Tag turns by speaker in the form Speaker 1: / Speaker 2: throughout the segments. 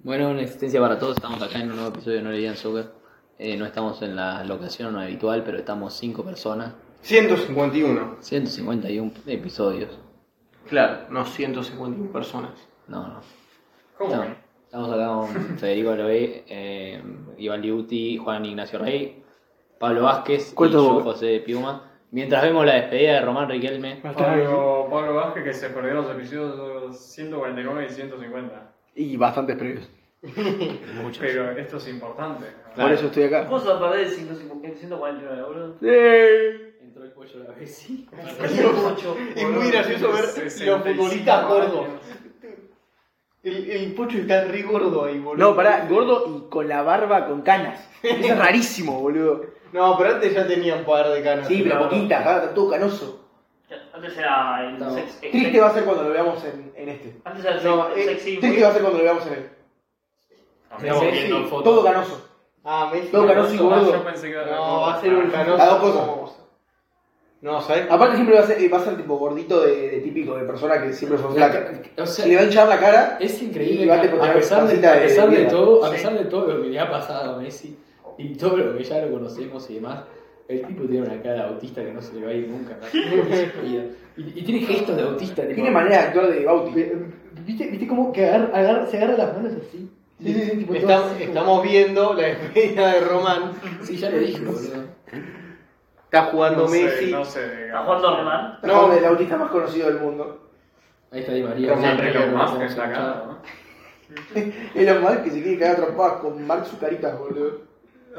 Speaker 1: Bueno, una existencia para todos. Estamos acá en un nuevo episodio de No Leían Soccer. Eh, no estamos en la locación habitual, pero estamos cinco personas.
Speaker 2: 151.
Speaker 1: 151 episodios.
Speaker 2: Claro, no 151 personas.
Speaker 1: No, no.
Speaker 2: ¿Cómo?
Speaker 1: Estamos, estamos acá con Federico Aloe, eh, Iván Liuti, Juan Ignacio Rey, Pablo Vázquez y
Speaker 2: ¿Cuánto-
Speaker 1: yo, José Piuma. Mientras vemos la despedida de Román Riquelme.
Speaker 3: Pablo, Pablo Vázquez que se perdió los episodios 149 y 150.
Speaker 4: Y bastantes previos.
Speaker 3: Pero esto es importante.
Speaker 1: Claro.
Speaker 4: Por eso estoy acá.
Speaker 5: ¿Cómo se va a perder el 550, el 149 euros?
Speaker 4: ¡Eh!
Speaker 5: Entró el cuello de la vez, sí.
Speaker 2: Es muy gracioso ver los futbolistas gordos. El, el pocho está re gordo ahí, boludo.
Speaker 4: No, pará, gordo y con la barba con canas. Eso es rarísimo, boludo.
Speaker 2: No, pero antes ya tenía un par de canas.
Speaker 4: Sí, pero poquitas, ahora está todo canoso.
Speaker 5: Antes era el
Speaker 1: No.
Speaker 5: sex- eh,
Speaker 4: Triste
Speaker 5: sex-
Speaker 4: va a ser cuando lo veamos en, en este.
Speaker 5: Antes era el
Speaker 2: No,
Speaker 5: sex-
Speaker 2: eh,
Speaker 5: sexy.
Speaker 4: Triste va a ser cuando lo veamos en él.
Speaker 3: Estamos
Speaker 2: Sí,
Speaker 3: viendo
Speaker 2: sí,
Speaker 3: fotos.
Speaker 4: Todo canoso.
Speaker 2: Ah, Messi.
Speaker 4: Todo canoso y gordo.
Speaker 3: Yo pensé que era-
Speaker 2: No, va a
Speaker 3: Ah,
Speaker 2: ser un canoso.
Speaker 4: Las dos cosas.
Speaker 2: como- No, ¿sabes?
Speaker 4: Aparte siempre va a ser, eh, va a ser tipo gordito de, de típico, de persona que siempre fue flaca.
Speaker 6: O sea,
Speaker 4: Le va a hinchar la cara.
Speaker 6: es
Speaker 4: y
Speaker 6: increíble.
Speaker 4: va a
Speaker 6: que
Speaker 4: tener
Speaker 6: a pesar, de,
Speaker 4: pancita
Speaker 6: a
Speaker 4: de
Speaker 6: pesar de
Speaker 4: mierda.
Speaker 6: todo, a
Speaker 5: Sí.
Speaker 6: pesar de todo lo que le ha pasado a Messi y todo lo que ya lo conocemos y demás, el tipo tiene una cara de autista que no se le va a ir nunca. ¿no? y, y tiene gestos de autista. tipo,
Speaker 4: Tiene manera de actuar de Bauti.
Speaker 6: ¿Viste, ¿Viste cómo que agar- agar- se agarra las manos así? Sí, sí, sí, tipo,
Speaker 4: pues,
Speaker 6: todo
Speaker 2: Estamos-
Speaker 3: eh,
Speaker 6: así, como-
Speaker 2: estamos viendo la despedida de Román.
Speaker 6: Sí, ya lo dije, boludo.
Speaker 2: Está jugando
Speaker 3: No sé,
Speaker 2: Messi.
Speaker 3: no sé,
Speaker 5: ¿Está
Speaker 3: digamos.
Speaker 5: jugando Román?
Speaker 4: No, el autista más conocido del mundo.
Speaker 6: Ahí está Di María.
Speaker 3: Román
Speaker 6: Sí,
Speaker 3: Reloj
Speaker 6: claro,
Speaker 3: más
Speaker 6: como
Speaker 3: que
Speaker 6: se
Speaker 3: está acá,
Speaker 6: llama.
Speaker 3: ¿no?
Speaker 4: Es lo más que se quiere cagar trompadas con Mark su carita, boludo.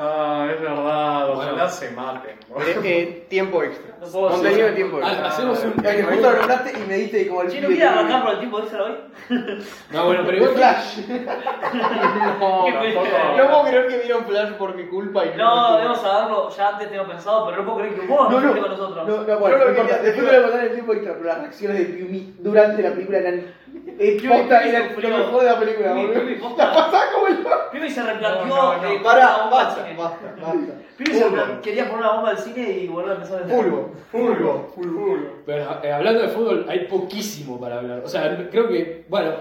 Speaker 3: Ah, es verdad, ojalá
Speaker 6: Bueno.
Speaker 3: se maten. boludo.
Speaker 2: Eh, eh, tiempo extra.
Speaker 5: No puedo
Speaker 2: Contenido de
Speaker 5: decir.
Speaker 2: tiempo
Speaker 6: Ah,
Speaker 2: extra.
Speaker 6: hacemos un.
Speaker 4: Ya que justo lo nombraste y me diste como el
Speaker 5: Che, ¿no
Speaker 4: pibe
Speaker 5: quiere
Speaker 4: que-
Speaker 5: arrancar por el tiempo extra hoy?
Speaker 6: No, bueno, pero igual.
Speaker 4: Flash.
Speaker 2: No,
Speaker 5: ¿Qué
Speaker 2: tampoco.
Speaker 5: pediste?
Speaker 2: No puedo creer que vieron Flash por mi culpa y
Speaker 5: No,
Speaker 2: no.
Speaker 5: debemos saberlo. Ya antes tengo pensado, pero no puedo creer que vos no,
Speaker 4: No, no.
Speaker 5: fuiste con nosotros.
Speaker 4: No, no,
Speaker 2: Yo lo
Speaker 4: bueno, no importa.
Speaker 2: quería-
Speaker 4: después te voy a contar el tiempo extra, pero las reacciones de Piumi durante la película eran. Eh,
Speaker 5: Piumi
Speaker 4: posta,
Speaker 5: Piumi
Speaker 4: eran
Speaker 5: sufrió.
Speaker 4: lo mejor de la película,
Speaker 5: Piumi,
Speaker 4: boludo.
Speaker 5: Piumi, posta.
Speaker 4: La pasaba como el loco.
Speaker 5: Pibe se replanteó.
Speaker 3: No, no, no.
Speaker 5: eh,
Speaker 2: Pará,
Speaker 5: una bomba al
Speaker 2: basta,
Speaker 5: cine.
Speaker 2: basta, basta.
Speaker 5: Pibe se
Speaker 2: Fútbol.
Speaker 5: replan- quería poner una bomba al cine y volver a empezar desde
Speaker 2: Fulgo, fulgo, fulgo.
Speaker 6: Pero eh, hablando de fútbol, hay poquísimo para hablar. O sea, creo que, bueno.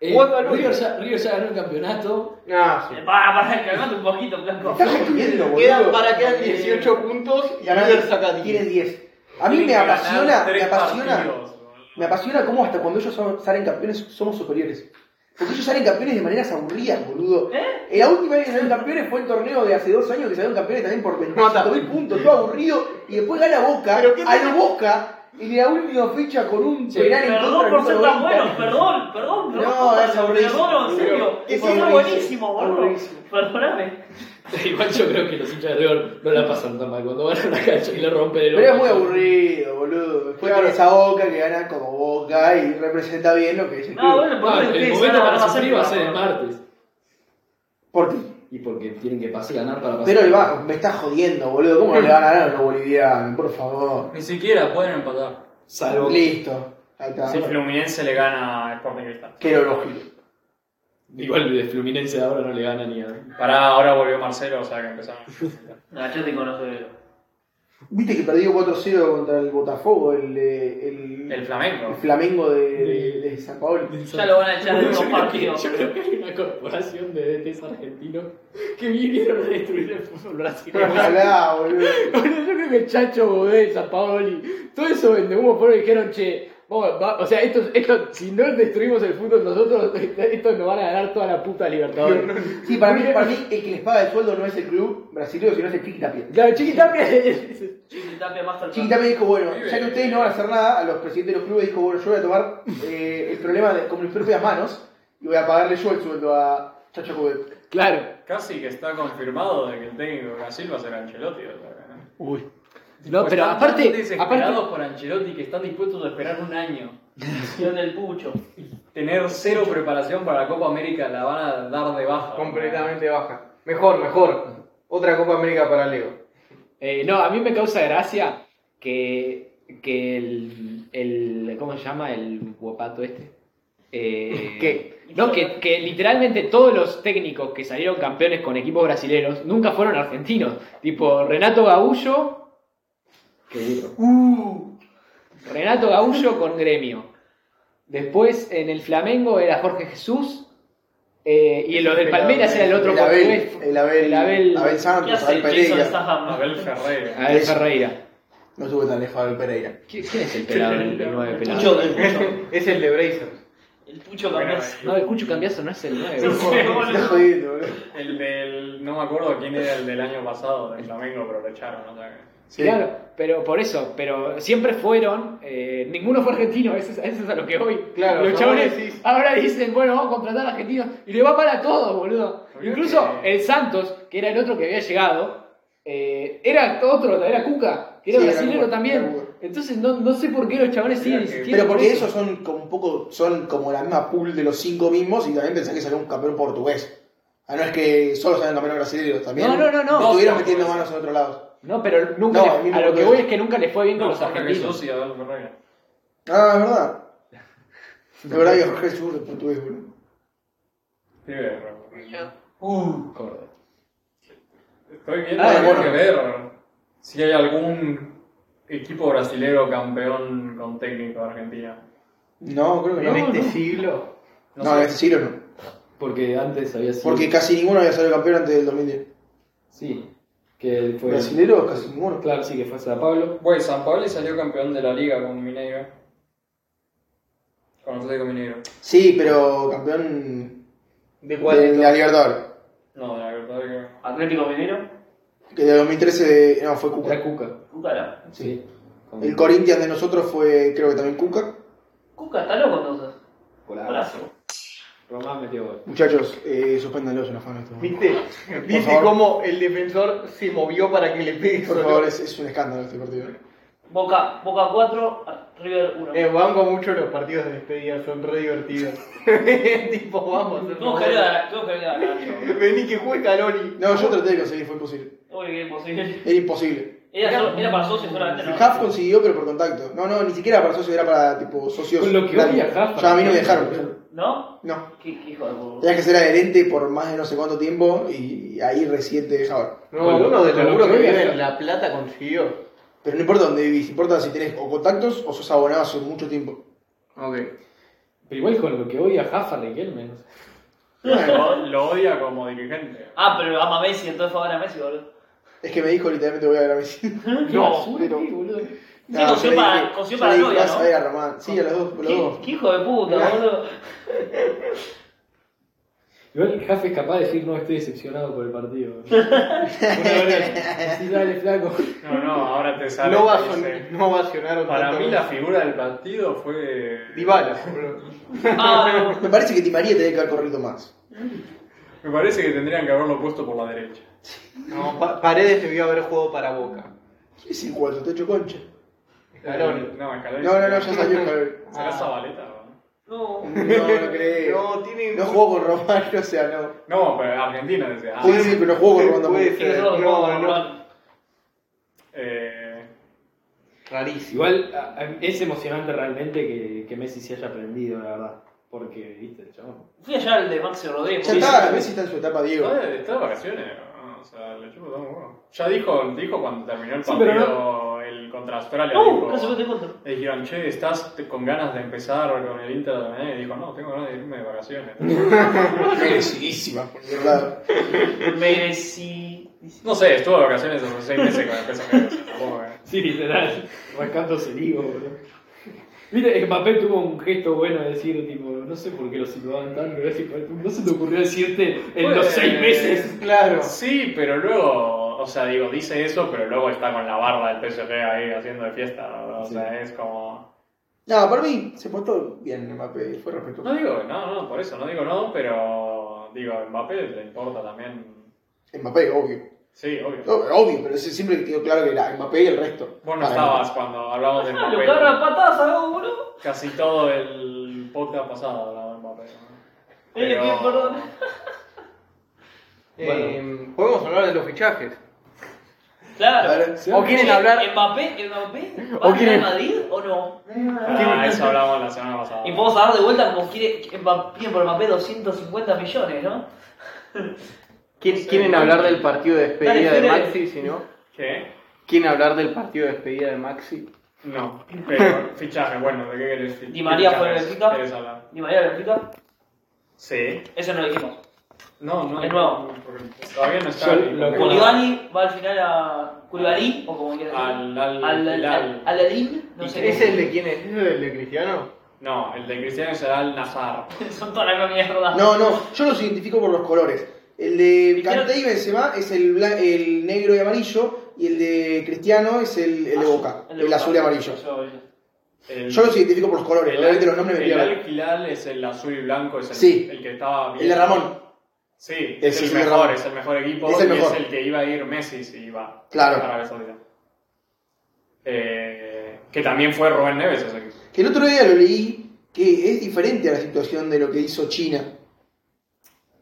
Speaker 6: eh,
Speaker 2: ¿Cuándo ganó?
Speaker 6: River, ya, River ya ganó el campeonato.
Speaker 2: Ah, sí.
Speaker 5: Eh, Pará, pará, calmate un poquito, Blanco.
Speaker 4: Estás escribiendo, boludo.
Speaker 2: Quedan para quedan 18 puntos y
Speaker 4: Ganás
Speaker 2: River saca 10.
Speaker 4: Tienes 10. A mí
Speaker 3: Tienen
Speaker 4: me
Speaker 3: que ganar
Speaker 4: apasiona, me
Speaker 3: tres
Speaker 4: apasiona,
Speaker 3: partidos, boludo.
Speaker 4: me apasiona cómo hasta cuando ellos son- salen campeones somos superiores. Porque ellos salen campeones de maneras aburridas, boludo.
Speaker 5: ¿Eh?
Speaker 4: La última vez que salieron campeones fue el torneo de hace dos años que salieron campeones también por 25.000 puntos, todo aburrido, y después gana Boca,
Speaker 2: ¿Pero qué
Speaker 4: a
Speaker 2: tenés?
Speaker 4: lo Boca, y la última fecha con un
Speaker 6: Sí,
Speaker 4: penal en
Speaker 5: Perdón
Speaker 4: contra
Speaker 5: por ser
Speaker 4: del
Speaker 5: tan
Speaker 4: minuto 90.
Speaker 5: bueno, perdón, perdón,
Speaker 4: No,
Speaker 5: perdón.
Speaker 4: es aburrido.
Speaker 5: Perdón, en serio.
Speaker 4: Aburrido.
Speaker 5: Es
Speaker 4: Es
Speaker 5: sido
Speaker 4: aburrido.
Speaker 5: buenísimo, boludo.
Speaker 4: Aburridísimo.
Speaker 5: Perdóname.
Speaker 6: Igual yo creo que los hinchas de River no la pasan tan mal cuando van a una cancha y le rompen el
Speaker 4: Pero es
Speaker 6: ojo.
Speaker 4: muy aburrido, boludo. Después
Speaker 2: Claro.
Speaker 4: tenés a Boca que gana como Boca y representa bien lo que es el
Speaker 5: No,
Speaker 4: club.
Speaker 5: Ah, bueno,
Speaker 6: No,
Speaker 5: por
Speaker 6: Ah, el momento para sufrir va a ser el martes.
Speaker 4: ¿Por qué?
Speaker 6: Y porque tienen que pasar, ganar para pasar.
Speaker 4: Pero el bajo me está jodiendo, boludo. ¿Cómo no le van a ganar a los bolivianos? Por favor.
Speaker 7: Ni siquiera pueden empatar.
Speaker 6: Salvo.
Speaker 4: Listo. Ahí está.
Speaker 3: Si Fluminense le gana a Sporting Cristal.
Speaker 4: Qué lo lógico.
Speaker 6: Igual de Fluminense de ahora no le gana ni a.
Speaker 3: Pará, ahora volvió Marcelo, o sea que empezaron.
Speaker 5: No, yo te conozco de
Speaker 4: ¿Viste que perdió 4-0 contra el Botafogo, el, eh, el,
Speaker 3: El
Speaker 4: el
Speaker 3: Flamengo.
Speaker 4: Flamengo de, de- de San Paolo?
Speaker 5: Ya lo van a echar de
Speaker 6: Yo
Speaker 5: unos
Speaker 6: creo que-
Speaker 5: partidos.
Speaker 6: Yo creo que hay una corporación de DTs argentinos que vinieron a destruir el fútbol brasileño.
Speaker 4: Ojalá, boludo.
Speaker 6: Bueno, yo creo que Chacho Boudet, San Paoli, todo eso vende humo fueron y dijeron, che, vamos, va- o sea, esto, esto, si no destruimos el fútbol nosotros, estos nos van a ganar toda la puta Libertadores.
Speaker 4: Sí, para mí, para mí, el que les paga el sueldo no es el club brasileño, sino es el Chiqui Tapia.
Speaker 6: Claro, Chiquitapia
Speaker 5: Chiquitapia Mastercard.
Speaker 4: Chiqui Tapia dijo, bueno, ya que ustedes no van a hacer nada, a los presidentes de los clubes dijo, bueno, yo voy a tomar eh, el problema de, con mis propias manos y voy a pagarle yo el sueldo a Chacho Cubet.
Speaker 6: Claro.
Speaker 3: Casi que está confirmado de que el técnico de Brasil va a ser Ancelotti. o sea, que no.
Speaker 4: Uy.
Speaker 6: No, pero
Speaker 7: Están tan
Speaker 6: aparte,
Speaker 7: desesperados
Speaker 6: aparte,
Speaker 7: por Ancelotti que están dispuestos a esperar un año.
Speaker 5: Chiquitapia del Pucho.
Speaker 7: Tener cero preparación para la Copa América la van a dar de baja.
Speaker 2: Completamente baja. Mejor, mejor. Otra Copa América para Leo.
Speaker 6: eh, no, a mí me causa gracia que, que el, el, ¿cómo se llama? El guapato este. Eh,
Speaker 4: ¿Qué?
Speaker 6: No, que, que literalmente todos los técnicos que salieron campeones con equipos brasileños nunca fueron argentinos. Tipo Renato Gaullo. Qué burro. Renato Gaullo con gremio. Después en el Flamengo era Jorge Jesús. Eh, y los del Palmeiras era el otro
Speaker 4: el Abel,
Speaker 6: portugués.
Speaker 4: el Abel,
Speaker 6: el Abel-
Speaker 4: Abel
Speaker 5: ¿Qué
Speaker 4: Santos,
Speaker 5: hace
Speaker 4: Abel
Speaker 5: Jason
Speaker 4: Pereira.
Speaker 5: Statham?
Speaker 3: Ah, Abel Ferreira.
Speaker 6: Abel Ferreira.
Speaker 4: No estuvo tan lejos Abel Pereira.
Speaker 6: ¿Qui- ¿Quién es el pelado, el, el nueve pelado?
Speaker 5: Pucho, el pucho.
Speaker 2: Es el de Brazers.
Speaker 5: El pucho cambiazo.
Speaker 6: No, el Cucho Cambiazo no es el 9.
Speaker 4: Está jodiendo, boludo.
Speaker 3: El del. No me acuerdo quién era el del año pasado, del Flamengo, pero lo echaron, no sé.
Speaker 4: Sí.
Speaker 6: Claro, pero por eso, pero siempre fueron, eh, ninguno fue argentino, eso es, eso es a lo que voy.
Speaker 2: Claro,
Speaker 6: los
Speaker 2: ahora
Speaker 6: chavales
Speaker 2: decís-
Speaker 6: ahora dicen, bueno, vamos a contratar argentinos, y le va para todos, boludo.
Speaker 3: Obvio
Speaker 6: Incluso
Speaker 3: que-
Speaker 6: el Santos, que era el otro que había llegado, eh, era otro, era Cuca, que era
Speaker 4: Sí, era
Speaker 6: brasilero
Speaker 4: Cuca, era
Speaker 6: también.
Speaker 4: Cuca.
Speaker 6: Entonces no, no sé por qué los chavales siguen
Speaker 3: Mira que-
Speaker 6: insistiendo.
Speaker 4: Pero porque
Speaker 6: por
Speaker 4: esos son como un poco, son como la misma pool de los cinco mismos y también pensás que salió un campeón portugués. Ah, no es que solo salen campeones brasileños, también.
Speaker 6: No, no, no, no.
Speaker 4: Estuvieron
Speaker 3: Dos
Speaker 4: metiendo
Speaker 3: campeones.
Speaker 4: manos en otro lado.
Speaker 6: No, pero nunca
Speaker 4: No,
Speaker 6: le-
Speaker 4: a mí me
Speaker 6: a lo que
Speaker 4: acuerdo.
Speaker 6: voy es que nunca les fue bien con
Speaker 3: No,
Speaker 6: los
Speaker 3: Jorge Jesús
Speaker 6: argentinos.
Speaker 3: sí, Abel Ferreira.
Speaker 4: Ah, es verdad. Es verdad que Jorge Sur es portugués, boludo.
Speaker 3: Sí, pero-
Speaker 5: Uh,
Speaker 6: Córdoba.
Speaker 3: Estoy viendo
Speaker 4: Ah,
Speaker 3: hay
Speaker 4: bueno.
Speaker 3: que ver si hay algún equipo brasilero campeón con técnico de Argentina.
Speaker 4: No, creo que
Speaker 2: En
Speaker 4: no.
Speaker 2: este siglo.
Speaker 4: No, en este siglo no.
Speaker 1: Porque antes había sido.
Speaker 4: Porque casi ninguno había salido campeón antes del 2010.
Speaker 1: Sí. Que fue.
Speaker 4: Brasileros, casi ninguno.
Speaker 1: Claro, sí, que fue San Pablo.
Speaker 3: Güey, San Pablo salió campeón de la liga con Mineiro. Con Atlético Mineiro.
Speaker 4: Sí, pero campeón
Speaker 2: ¿De cuál?
Speaker 4: de la Libertadores.
Speaker 3: No, de la verdad
Speaker 5: Atlético Minero.
Speaker 4: Que de 2013 no, fue Cuca.
Speaker 1: Era Cuca.
Speaker 5: Cúcara.
Speaker 1: Sí. Con-
Speaker 4: El Corinthians de nosotros fue, creo que también Cuca.
Speaker 5: Cuca está loco entonces.
Speaker 4: Ah.
Speaker 1: Golazo.
Speaker 5: Golazo.
Speaker 1: Román metió gol.
Speaker 4: Muchachos, eh, suspéndanlos en la fan.
Speaker 2: ¿Viste? ¿Viste
Speaker 4: favor.
Speaker 2: cómo el defensor se movió para que le pegue
Speaker 4: Por
Speaker 2: solo?
Speaker 4: favor, es, es un escándalo este partido.
Speaker 5: Boca, Boca 4, River 1.
Speaker 2: Eh, banco mucho los partidos de despedida, son re divertidos. tipo, vamos.
Speaker 5: Todos querían todos querían ganar. yo.
Speaker 2: Vení que juegue Caloni.
Speaker 4: No, yo traté de conseguir, fue imposible.
Speaker 5: Obvio que es imposible.
Speaker 4: Era imposible.
Speaker 5: Era, solo- era para socios solamente,
Speaker 4: El
Speaker 5: ¿no?
Speaker 4: Huff consiguió, pero por contacto. No, no, ni siquiera para socios, era para tipo socios.
Speaker 6: Con lo que
Speaker 4: grandes.
Speaker 6: odia Huff.
Speaker 4: Ya a mí no me dejaron. por ejemplo.
Speaker 5: ¿No?
Speaker 4: No.
Speaker 5: ¿Qué, qué hijo de puta?
Speaker 4: Tenía que ser adherente por más de no sé cuánto tiempo y ahí recién te dejaban.
Speaker 2: No,
Speaker 6: Con lo-
Speaker 2: uno de
Speaker 6: con lo
Speaker 2: seguro
Speaker 6: que
Speaker 2: que
Speaker 6: vive
Speaker 2: vive
Speaker 6: acá.
Speaker 2: en La Plata consiguió.
Speaker 4: Pero no importa dónde vivís, importa si tenés o contactos o sos abonado hace mucho tiempo.
Speaker 2: Ok.
Speaker 6: Pero igual con lo que odia Jaffa Riquelme.
Speaker 3: Lo, lo odia como dirigente.
Speaker 5: Ah, pero ama a Messi, entonces fue a ver a Messi, boludo.
Speaker 4: Es que me dijo literalmente voy a ver a Messi.
Speaker 6: No,
Speaker 4: pero-
Speaker 6: boludo.
Speaker 5: Sí, coció
Speaker 4: yo le
Speaker 5: para-
Speaker 4: dije-
Speaker 5: coció
Speaker 4: yo
Speaker 5: para
Speaker 4: le
Speaker 5: la
Speaker 4: dije,
Speaker 5: novia,
Speaker 4: vas
Speaker 5: ¿no?
Speaker 4: a ver a Román. Sí, a los dos, a los dos.
Speaker 5: ¿Qué, qué hijo de puta,
Speaker 4: Mirá.
Speaker 5: boludo.
Speaker 6: Igual Jafe es capaz de decir, no, estoy decepcionado por el partido. Sí, dale, flaco.
Speaker 3: No, no, ahora te sale.
Speaker 2: No va, a
Speaker 3: y
Speaker 2: son-
Speaker 3: dice,
Speaker 2: no va a sonar
Speaker 3: Para
Speaker 2: tanto
Speaker 3: mí la
Speaker 2: como-
Speaker 3: figura del partido fue.
Speaker 2: Dybala, boludo.
Speaker 5: Ah,
Speaker 4: Me parece que Di María tenía que haber corrido más.
Speaker 3: Me parece que tendrían que haberlo puesto por la derecha.
Speaker 2: No, Pa- Paredes debió haber jugado para Boca.
Speaker 4: ¿Qué es el cuarto techo concha?
Speaker 2: Caloni.
Speaker 3: No, Escaloni.
Speaker 4: No, no, no, ya salió Caloni.
Speaker 3: ¿Será Zabaleta? o no?
Speaker 5: no. no.
Speaker 4: No, no creo.
Speaker 2: No, tiene.
Speaker 4: No jugó con Román, o sea, no.
Speaker 3: No, pero Argentina decía. ah,
Speaker 4: Puede ser que no jugó con Román
Speaker 2: Puede
Speaker 4: tampoco.
Speaker 2: ser.
Speaker 5: Qué horror,
Speaker 2: No,
Speaker 5: Juan,
Speaker 2: no.
Speaker 5: Juan.
Speaker 3: eh,
Speaker 2: Rarísimo.
Speaker 6: Igual a- a- es emocionante realmente que, que Messi se haya aprendido, la verdad. Porque, viste, chabón.
Speaker 5: Fui allá al de Maxi Rodríguez.
Speaker 4: Ya
Speaker 5: porque-
Speaker 4: está, Messi está en su etapa, Diego.
Speaker 3: Está de, está de vacaciones, ¿no? o sea, le chupo todo un huevo. Ya dijo, dijo cuando terminó el
Speaker 6: Sí,
Speaker 3: partido
Speaker 6: pero
Speaker 3: el contra Australia,
Speaker 5: No,
Speaker 3: dijo-
Speaker 5: casi te cuento.
Speaker 3: le dijeron, che, ¿estás te- con ganas de empezar con el Inter de la mañana? Y dijo, no, tengo ganas de irme de vacaciones.
Speaker 4: Merecidísima, por verdad.
Speaker 5: Messi.
Speaker 3: no sé, estuve de vacaciones hace seis meses con el PSG. tampoco, eh.
Speaker 6: Sí, literal. Rascándose el higo, boludo. Viste, Mbappé tuvo un gesto bueno de decir, tipo, no sé por qué lo situaban tanto. era tipo, No se te ocurrió decirte en los
Speaker 3: Pues-
Speaker 6: seis meses.
Speaker 2: Claro.
Speaker 3: Sí, pero luego, o sea, digo, dice eso, pero luego está con la barba del PSG ahí haciendo de fiesta. O sea, es como...
Speaker 4: No, para mí se portó bien Mbappé, fue respetuoso.
Speaker 3: No digo, no, no, por eso, no digo no, pero digo, a Mbappé le importa también.
Speaker 4: Mbappé, obvio.
Speaker 3: Sí, obvio.
Speaker 4: Ob- Obvio, pero ese siempre quedó claro que era Mbappé y el resto.
Speaker 3: Vos no
Speaker 4: Para
Speaker 3: estabas cuando hablamos de
Speaker 5: Ah, lo
Speaker 3: Mbappé.
Speaker 5: cagaron a patadas, ¿no, boludo?
Speaker 3: Casi todo el podcast pasado hablamos de Mbappé. ¿no? Ah,
Speaker 5: Eh, bien, perdón.
Speaker 2: Eh, Podemos hablar de los fichajes.
Speaker 5: Claro.
Speaker 4: Mbappé.
Speaker 2: ¿O quieren hablar?
Speaker 5: ¿Mbappé? ¿Mbappé?
Speaker 2: ¿O
Speaker 5: ¿Va a
Speaker 2: quieren-
Speaker 5: Real Madrid o no?
Speaker 3: Ah, eso hablamos la semana pasada.
Speaker 5: Y podemos hablar de vuelta como quiere Mbappé piden por Mbappé 250 millones, ¿no?
Speaker 2: ¿Qui- ¿Quieren hablar del partido de despedida
Speaker 5: Dale,
Speaker 2: de
Speaker 5: Fede.
Speaker 2: Maxi, si no?
Speaker 3: ¿Qué?
Speaker 2: ¿Quieren hablar del partido de despedida de Maxi?
Speaker 3: No, pero fichaje, bueno, ¿de qué querés?
Speaker 5: Di María fue el Benfica.
Speaker 3: ¿Quieres hablar?
Speaker 5: Ni María lo explica.
Speaker 3: Sí.
Speaker 5: Eso no lo dijimos.
Speaker 3: No, no.
Speaker 5: Es nuevo.
Speaker 3: porque Todavía no está.
Speaker 6: Yo
Speaker 3: ni-
Speaker 6: lo-
Speaker 5: Curigani va al final a. Curigani, o como quieras decirlo.
Speaker 3: Al, al,
Speaker 5: Al al-
Speaker 3: Hilal.
Speaker 5: al- al Alin, no sé.
Speaker 2: ¿Ese es el de quién es? ¿Ese es el de Cristiano?
Speaker 3: No, el de Cristiano será el Nazar.
Speaker 5: Son todas las mierdas.
Speaker 4: No, no, yo los identifico por los colores. El de
Speaker 5: Cristiano-
Speaker 4: Kanté y Benzema es el, bla- el negro y amarillo y el de Cristiano es el, el de Boca, el,
Speaker 5: de Boca.
Speaker 4: azul y amarillo.
Speaker 3: El,
Speaker 4: Yo los identifico por los colores, obviamente los nombres me
Speaker 3: el
Speaker 4: pierden.
Speaker 3: Al Hilal es el azul y blanco, es el,
Speaker 4: Sí.
Speaker 3: el que estaba bien.
Speaker 4: El de Ramón,
Speaker 3: Sí,
Speaker 4: Es
Speaker 3: es,
Speaker 4: el
Speaker 3: el
Speaker 4: de
Speaker 3: mejor,
Speaker 4: Ramón.
Speaker 3: es el mejor equipo
Speaker 4: Es el
Speaker 3: y
Speaker 4: mejor.
Speaker 3: es el que iba a ir Messi si iba
Speaker 4: Claro.
Speaker 3: a Arabia Saudita. Eh, que también fue Rubén Neves ese equipo.
Speaker 4: que el otro día lo leí que es diferente a la situación de lo que hizo China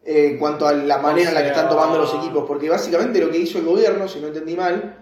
Speaker 4: eh, en cuanto a la manera en la que están
Speaker 3: sea-
Speaker 4: tomando los equipos, porque básicamente lo que hizo el gobierno, si no entendí mal,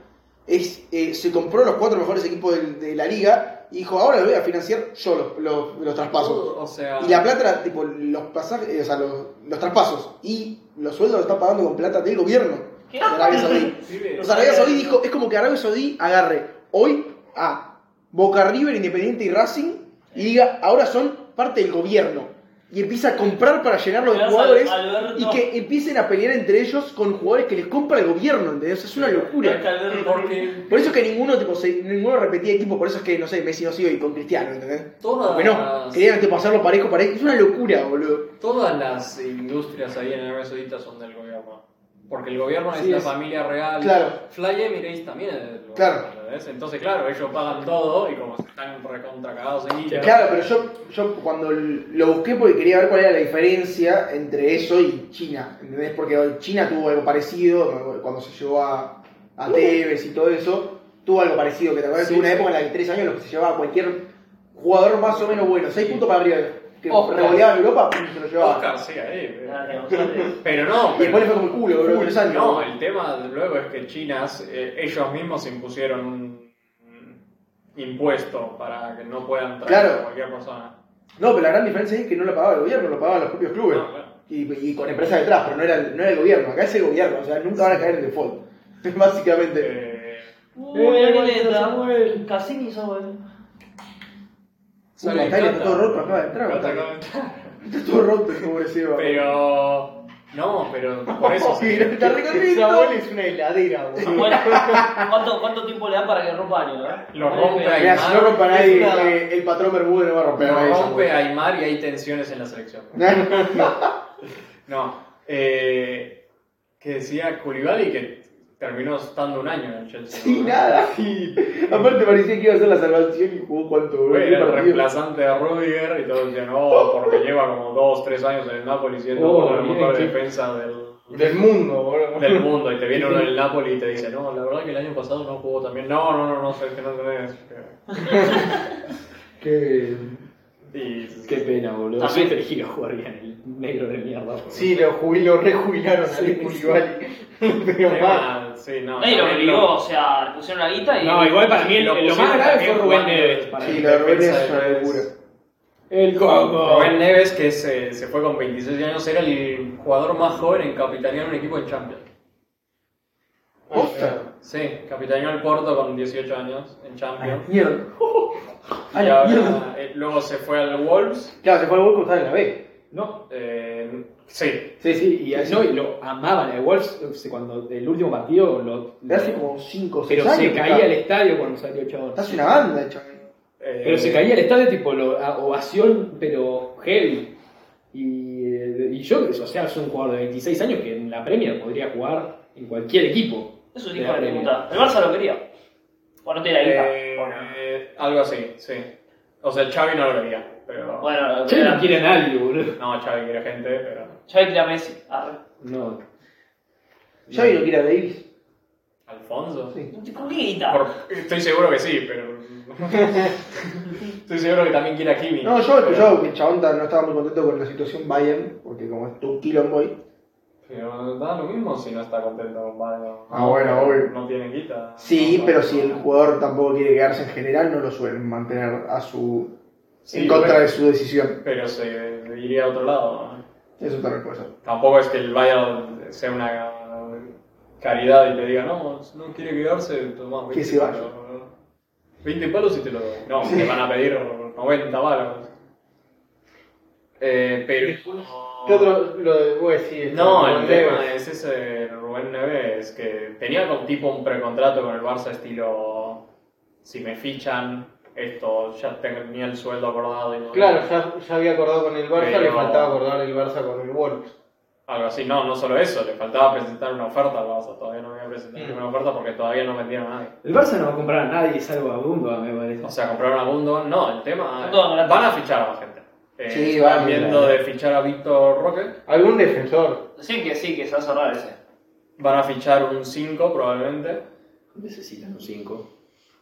Speaker 4: es eh, se compró los cuatro mejores equipos del- de, la liga y dijo, ahora los voy a financiar yo los, los, los traspasos.
Speaker 7: O sea,
Speaker 4: Y la plata era tipo los pasajes, eh, o sea, los, los traspasos. Y los sueldos los está pagando con plata del gobierno
Speaker 5: ¿Qué?
Speaker 4: de Arabia Saudí.
Speaker 7: pibe,
Speaker 4: Los Arabia Saudí dijo, es como que Arabia Saudí agarre hoy a Boca River, Independiente y Racing y diga, ahora son parte del gobierno. Y empieza a comprar para llenar los
Speaker 5: Gracias,
Speaker 4: jugadores
Speaker 5: Alberto.
Speaker 4: y que empiecen a pelear entre ellos con jugadores que les compra el gobierno, ¿entendés? Es una locura.
Speaker 5: Porque
Speaker 4: Por eso es que ninguno, tipo, se- ninguno repetía equipo, por eso es que, no sé, Messi no sigue hoy con Cristiano, ¿entendés?
Speaker 7: todas,
Speaker 4: Porque
Speaker 3: Ah,
Speaker 4: no, querían tipo, hacerlo parejo, parejo. Es una locura, boludo.
Speaker 7: todas las industrias ahí en Arabia Saudita son del gobierno. Porque el gobierno es
Speaker 4: Sí,
Speaker 7: la
Speaker 4: es-
Speaker 7: familia real.
Speaker 4: Claro.
Speaker 7: Fly Emirates también es del gobierno.
Speaker 4: Claro.
Speaker 7: ¿entendés? Entonces, claro, ellos pagan todo y como se están recontra cagados en guita.
Speaker 4: Claro, pero yo, yo cuando lo busqué porque quería ver cuál era la diferencia entre eso y China, ¿entendés? Porque China tuvo algo parecido, cuando se llevó a, a
Speaker 3: Uh.
Speaker 4: Tevez y todo eso, tuvo algo parecido, que te acuerdas,
Speaker 7: Sí.
Speaker 4: tuvo una época en la que tres años en los que se llevaba a cualquier jugador más o menos bueno, seis puntos para arriba, que
Speaker 5: Oscar.
Speaker 4: revoleaba en Europa, pum, se lo llevaba.
Speaker 3: Oscar, sí, ahí. eh. Pero no,
Speaker 4: Y después le
Speaker 3: pero-
Speaker 4: fue como el culo, boludo, tres años.
Speaker 3: no, eh. el tema luego es que China, eh, ellos mismos impusieron un un impuesto para que no puedan traer
Speaker 4: Claro.
Speaker 3: a cualquier persona.
Speaker 4: No, pero la gran diferencia es que no lo pagaba el gobierno, lo pagaban los propios clubes.
Speaker 3: No, claro.
Speaker 4: Y, y con empresas detrás, pero no era, el- no era el gobierno. Acá es el gobierno, o sea, nunca van a caer en default. Básicamente.
Speaker 3: Eh,
Speaker 5: Uy, Cassini Samuel.
Speaker 4: Uh,
Speaker 7: Sale
Speaker 4: Natalia está
Speaker 7: Cata.
Speaker 4: todo roto, acaba de entrar.
Speaker 3: Cata
Speaker 4: Natalia.
Speaker 3: acaba de entrar.
Speaker 4: Está todo roto, pobrecito.
Speaker 3: Pero. No, pero por eso. sí.
Speaker 4: está re
Speaker 2: Samuel
Speaker 4: contento.
Speaker 2: es una heladera, boludo.
Speaker 5: Bueno, ¿cuánto, ¿Cuánto tiempo le dan para que rompa año? eh?
Speaker 3: Lo rompe ahí.
Speaker 4: Mirá, si no rompa nadie,
Speaker 2: Es una-
Speaker 4: eh, el patrón Bermudo no va a romper a
Speaker 3: Lo
Speaker 4: nadie.
Speaker 3: rompe Aymar y hay tensiones en la selección.
Speaker 4: Samuel.
Speaker 3: No. eh, que decía Koulibaly que terminó estando un año en el Chelsea.
Speaker 4: Sí,
Speaker 3: ¿no?
Speaker 4: nada. Sí. Aparte parecía que iba a ser la salvación y jugó cuánto, boludo.
Speaker 3: Fue
Speaker 4: Qué
Speaker 3: el
Speaker 4: partido.
Speaker 3: reemplazante de Rudiger y todos decían, oh, porque lleva como dos, tres años en el Napoli siendo
Speaker 6: Oh,
Speaker 3: uno de los
Speaker 6: bien,
Speaker 3: mejores
Speaker 6: sí.
Speaker 3: defensa del,
Speaker 2: Del mundo, boludo.
Speaker 3: del mundo. Y te viene uno del Napoli y te dice, no, la verdad que el año pasado no jugó también. No, no, no, no, sé que no tenés.
Speaker 6: Qué,
Speaker 3: Y,
Speaker 6: qué pena, boludo.
Speaker 5: También-
Speaker 6: También te elegí jugar bien el negro de mierda. boludo.
Speaker 2: Sí, lo, jubil, lo rejubilaron a al Koulibaly. Pero mal.
Speaker 3: tema, sí, no,
Speaker 5: Nadie lo
Speaker 3: también
Speaker 5: obligó, o sea, le pusieron la guita y.
Speaker 6: No, igual para mí el- el- lo más
Speaker 3: pusieron
Speaker 6: grave
Speaker 3: también
Speaker 6: fue Rubén
Speaker 3: jugando
Speaker 6: Neves.
Speaker 3: de-
Speaker 6: para
Speaker 4: Sí,
Speaker 6: mí.
Speaker 4: la verdad que es
Speaker 3: defensa
Speaker 4: una
Speaker 3: de-
Speaker 4: locura.
Speaker 6: El Congo.
Speaker 3: Rubén Neves, que se, se fue con 26 años, era el jugador más joven en capitanear un equipo de Champions.
Speaker 4: Posta.
Speaker 3: Sí, capitaneó el Porto con 18 años en Champions.
Speaker 4: Mierda. A
Speaker 3: Y
Speaker 4: la
Speaker 3: ahora,
Speaker 4: Ah, mierda.
Speaker 3: eh, luego se fue al Wolves.
Speaker 4: Claro, se fue el Volco, estaba en la B.
Speaker 6: No,
Speaker 3: eh, sí,
Speaker 6: sí, sí, y, no, y lo amaban a Wolves o sea, cuando el último partido lo.
Speaker 4: De hace como 5 o 6
Speaker 6: pero
Speaker 4: años.
Speaker 6: se
Speaker 4: que
Speaker 6: caía
Speaker 4: está.
Speaker 6: el estadio cuando salió chabón.
Speaker 4: Estás una banda, chaval.
Speaker 3: eh,
Speaker 6: Pero se caía el estadio tipo lo, a- ovación, pero heavy. Y, eh, y yo, o sea, es un jugador de 26 años que en la Premier podría jugar en cualquier equipo.
Speaker 5: Es un
Speaker 6: de
Speaker 5: hijo
Speaker 6: la
Speaker 5: de
Speaker 6: Premier.
Speaker 5: puta. El Barça lo quería. Bueno, no tiene la guita.
Speaker 3: eh, eh, algo así, sí. O sea, Xavi no lo quería, pero...
Speaker 5: Bueno,
Speaker 6: Che, no
Speaker 5: ya
Speaker 6: quiere a nadie, boludo.
Speaker 3: No, Xavi quiere gente, pero...
Speaker 5: Xavi quiere a Messi. Arre.
Speaker 6: No.
Speaker 4: Ya vino que era Davis.
Speaker 3: ¿Alfonso?
Speaker 4: Sí.
Speaker 5: ¿Con qué guita?
Speaker 3: Por- estoy seguro que sí, pero... estoy seguro que también quiere a Kimi.
Speaker 4: No, yo he
Speaker 3: pero-
Speaker 4: escuchado que el chabón ta- no estaba muy contento con la situación Bayern, porque como es tu quilombo ahí.
Speaker 3: Pero da lo mismo si no está contento con Bayern.
Speaker 4: Ah, bueno, obvio.
Speaker 3: No tiene quita.
Speaker 4: Sí,
Speaker 3: No,
Speaker 4: pero
Speaker 3: no.
Speaker 4: si el jugador tampoco quiere quedarse en general, no lo suelen mantener a su
Speaker 3: Sí,
Speaker 4: en contra
Speaker 3: bueno,
Speaker 4: de su decisión.
Speaker 3: Pero se iría a otro lado. ¿no?
Speaker 4: Eso también puede ser.
Speaker 3: Tampoco es que el Bayern sea una caridad y te diga, no, no quiere quedarse, tomás
Speaker 4: Que se vaya.
Speaker 3: palos". 20 palos y te lo doy. No, te van a pedir 90 palos. Eh, pero No.
Speaker 2: ¿Qué otro? Lo de, bueno, sí, esto,
Speaker 3: No,
Speaker 2: este, lo
Speaker 3: el
Speaker 2: de-
Speaker 3: tema es ese Rubén Neves que tenía como tipo un precontrato con el Barça estilo si me fichan esto ya tenía el sueldo acordado y no-
Speaker 2: Claro, ya, ya había acordado con el Barça, le
Speaker 3: Pero-
Speaker 2: faltaba acordar el Barça con el Wolves.
Speaker 3: algo así no no solo eso le faltaba presentar una oferta al Barça todavía no había presentado
Speaker 5: Mm.
Speaker 3: ninguna oferta porque todavía no vendieron a nadie
Speaker 7: El Barça no va a comprar a nadie salvo a Bumba, me parece.
Speaker 3: o sea compraron a Gundogan no el tema
Speaker 5: Gundogan, grande.
Speaker 3: van a fichar a más gente Eh,
Speaker 4: Sí,
Speaker 3: están
Speaker 4: van,
Speaker 3: viendo
Speaker 4: van.
Speaker 3: de fichar a Víctor Roque
Speaker 2: Algún defensor.
Speaker 5: Sí, que sí, que se va a cerrar ese.
Speaker 3: van a fichar un 5 probablemente
Speaker 7: Necesitan un 5.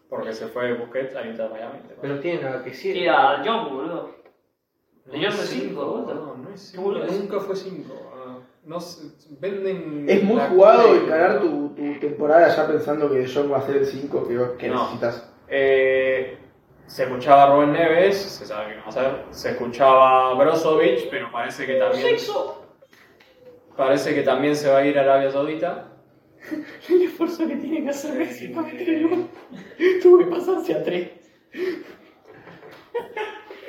Speaker 3: porque se fue Busquets al Inter Miami ¿te parece?
Speaker 2: Pero tiene nada que sí.
Speaker 5: Y a John, boludo.
Speaker 3: No
Speaker 5: Yo
Speaker 3: es
Speaker 5: fue cinco, boludo.
Speaker 3: No, no es cinco,
Speaker 5: boludo es?
Speaker 3: Nunca fue 5. No sé, venden.
Speaker 4: Es muy
Speaker 3: la
Speaker 4: jugado
Speaker 3: cuenta.
Speaker 4: encarar tu, tu temporada ya pensando que John va a ser el 5 que, que
Speaker 3: No.
Speaker 4: necesitas.
Speaker 3: Eh, se escuchaba a Rubén Neves, se sabe que no va a ser. Se escuchaba a Brozovic, pero parece que también. Parece que también se va a ir a Arabia Saudita.
Speaker 6: El esfuerzo que tiene que hacer
Speaker 3: Messi para meter el gol.
Speaker 6: Tuve que pasarse a 3.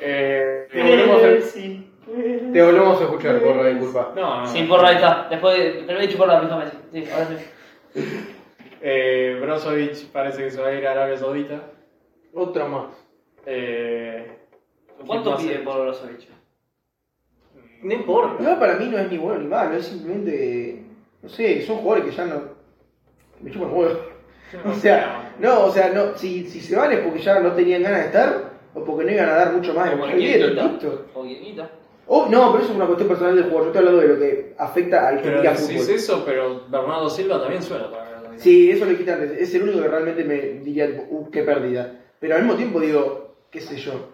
Speaker 3: Eh,
Speaker 2: Te volvemos a,
Speaker 5: Sí.
Speaker 6: eh.
Speaker 2: te volvemos a escuchar, porra, disculpa.
Speaker 3: no,
Speaker 4: Ah.
Speaker 3: no.
Speaker 5: Sí, porra, ahí está. Después, pero he dicho porra, me dijo Messi. Sí, ahora sí.
Speaker 3: Eh, Brozovic parece que se va a ir a Arabia Saudita.
Speaker 2: Otra más.
Speaker 3: Eh,
Speaker 5: ¿Cuánto
Speaker 3: más
Speaker 5: pide
Speaker 3: se-
Speaker 5: por Brozovic?
Speaker 2: No importa.
Speaker 4: No, para mí no es ni bueno ni malo, es simplemente. No sé, son jugadores que ya no. Me chupan huevo. O sea, no, o sea, no, si, si se van es porque ya no tenían ganas de estar o porque no iban a dar mucho más de
Speaker 5: Como
Speaker 4: lo que dieron, listo.
Speaker 5: Guiñita. O Guiñita.
Speaker 4: Oh, no, pero eso es una cuestión personal del jugador. Yo estoy hablando de lo que afecta al que
Speaker 3: Pero
Speaker 4: mira
Speaker 3: decís
Speaker 4: fútbol.
Speaker 3: eso, pero Bernardo Silva también suena para Arabia Saudita.
Speaker 4: Sí, eso le quitan. Es el único que realmente me diría, tipo, uh, qué pérdida. Pero al mismo tiempo digo, qué sé yo.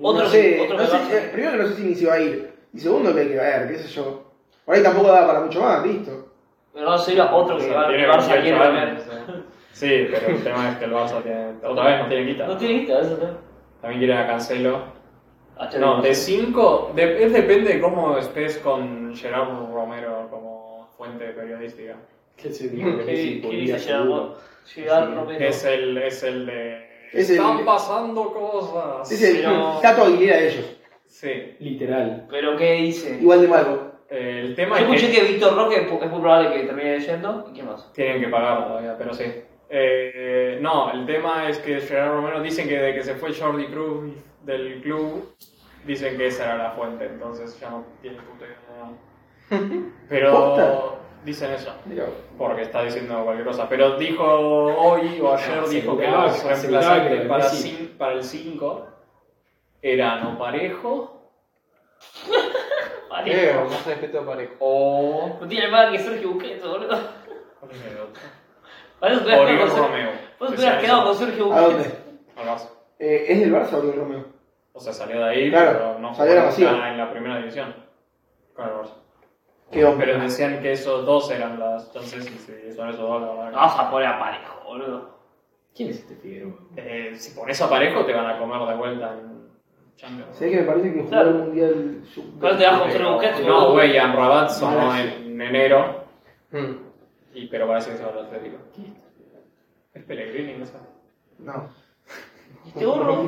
Speaker 5: Otro-
Speaker 4: no sé,
Speaker 5: otro
Speaker 4: no sé,
Speaker 5: pedazo.
Speaker 4: eh, primero que no sé si ni se va a ir. Y segundo que hay que ver, qué sé yo. Por ahí tampoco da para mucho más, listo.
Speaker 5: Pero no sería otro que se va al
Speaker 3: Tiene
Speaker 5: Barça
Speaker 3: 28
Speaker 5: quiere
Speaker 3: años,
Speaker 5: volver.
Speaker 3: eh. Sí, pero el tema es que el Barça tiene. Otra vez no tiene quita.
Speaker 5: No tiene guita, eso ¿eh? no.
Speaker 3: También quiere a Cancelo.
Speaker 5: Ah, che,
Speaker 3: No, de 5. es depende de cómo estés con Gerardo Romero como fuente periodística.
Speaker 7: ¿Qué se dijo?
Speaker 5: ¿Qué qué dice Gerard? Gerard Romero.
Speaker 3: Es el, es el de.
Speaker 4: Es el-
Speaker 3: Están pasando cosas.
Speaker 4: Es el
Speaker 5: Pero-
Speaker 4: Tato Aguilera de ellos.
Speaker 3: Sí.
Speaker 7: Literal.
Speaker 5: Pero ¿qué dice?
Speaker 4: Igual de malo.
Speaker 3: Eh, el
Speaker 5: Yo
Speaker 3: tema es
Speaker 5: escuché
Speaker 3: que,
Speaker 5: que Víctor Roque es muy probable que termine yendo. ¿Y quién más?
Speaker 3: tienen que pagar todavía, pero sí. Eh, no, el tema es que Gerardo Romero dicen que de que se fue Jordi Cruz del club, dicen que esa era la fuente, entonces ya no tienen puta idea de nada.
Speaker 4: Posta.
Speaker 3: Pero dicen eso.
Speaker 4: Mirá.
Speaker 3: porque está diciendo cualquier cosa, pero dijo hoy o ayer dijo que
Speaker 7: Aseguraba,
Speaker 3: los reemplazantes
Speaker 7: aseguraba
Speaker 3: para,
Speaker 7: que sí.
Speaker 3: cin- para el 5 eran o parejo
Speaker 2: Creo, más respeto Eh, a parejo.
Speaker 3: o.
Speaker 5: No tiene nada que Sergio Busquets, boludo.
Speaker 3: ¿cuál es el otro?
Speaker 5: Para eso te hubieras
Speaker 3: Oriol
Speaker 5: quedado con Sergio-
Speaker 3: Romeo.
Speaker 5: Vos te
Speaker 3: que
Speaker 5: hubieras
Speaker 3: salió-
Speaker 5: quedado con Sergio
Speaker 4: ¿A dónde?
Speaker 5: Busquets.
Speaker 3: al Barça.
Speaker 4: Eh, ¿Es del Barça o del Romeo?
Speaker 3: O sea, salió de ahí,
Speaker 4: Claro,
Speaker 3: pero no
Speaker 4: salió a la
Speaker 3: jugó
Speaker 4: masiva.
Speaker 3: nada en la primera división con el Barça.
Speaker 4: Qué hombre.
Speaker 3: Pero decían que esos dos eran las. Entonces, si si son esos dos, la verdad.
Speaker 5: No
Speaker 3: que-
Speaker 5: vas a poner a parejo, boludo.
Speaker 7: ¿Quién es este Figueroa?
Speaker 3: Eh, si pones a parejo, te van a comer de vuelta en Champions.
Speaker 4: ¿Sabés que me parece que jugó
Speaker 5: Claro.
Speaker 4: el Mundial sub
Speaker 5: Pero te vas con Sergio Busquets,
Speaker 3: No,
Speaker 5: boludo.
Speaker 3: güey, Amrabat sonó
Speaker 4: Ahora sí.
Speaker 3: en enero,
Speaker 2: Mm.
Speaker 3: y, pero parece que se va al Atlético. Es Pellegrini, no sé.
Speaker 4: No.
Speaker 5: Este burro.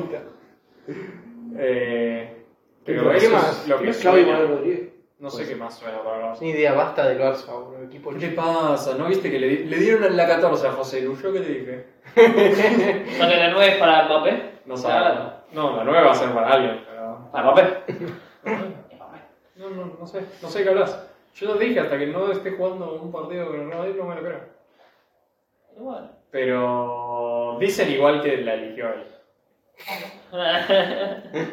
Speaker 3: Eh, pero
Speaker 2: ¿Qué
Speaker 3: eso
Speaker 2: más?
Speaker 3: es lo
Speaker 4: ¿Quién
Speaker 3: que
Speaker 4: es Claudio Manuel
Speaker 3: suena.
Speaker 4: Rodríguez?
Speaker 3: No sé qué más suena para hablar.
Speaker 2: Ni idea, basta del Barça, boludo. Equipo
Speaker 3: ¿Qué te
Speaker 2: chico.
Speaker 3: pasa? ¿No viste que le, di- le dieron en la 14 a José Lu? ¿Yo qué te dije?
Speaker 5: O sea que la 9 es para Mbappé.
Speaker 3: No sabe. No, la 9 va a ser para alguien, pero...
Speaker 5: Para Mbappé.
Speaker 3: No, no, no sé. No sé qué hablas. Yo lo dije, hasta que no esté jugando un partido con el Real Madrid no me lo creo.
Speaker 5: Y bueno.
Speaker 3: Pero... Dicen igual que la eligió él.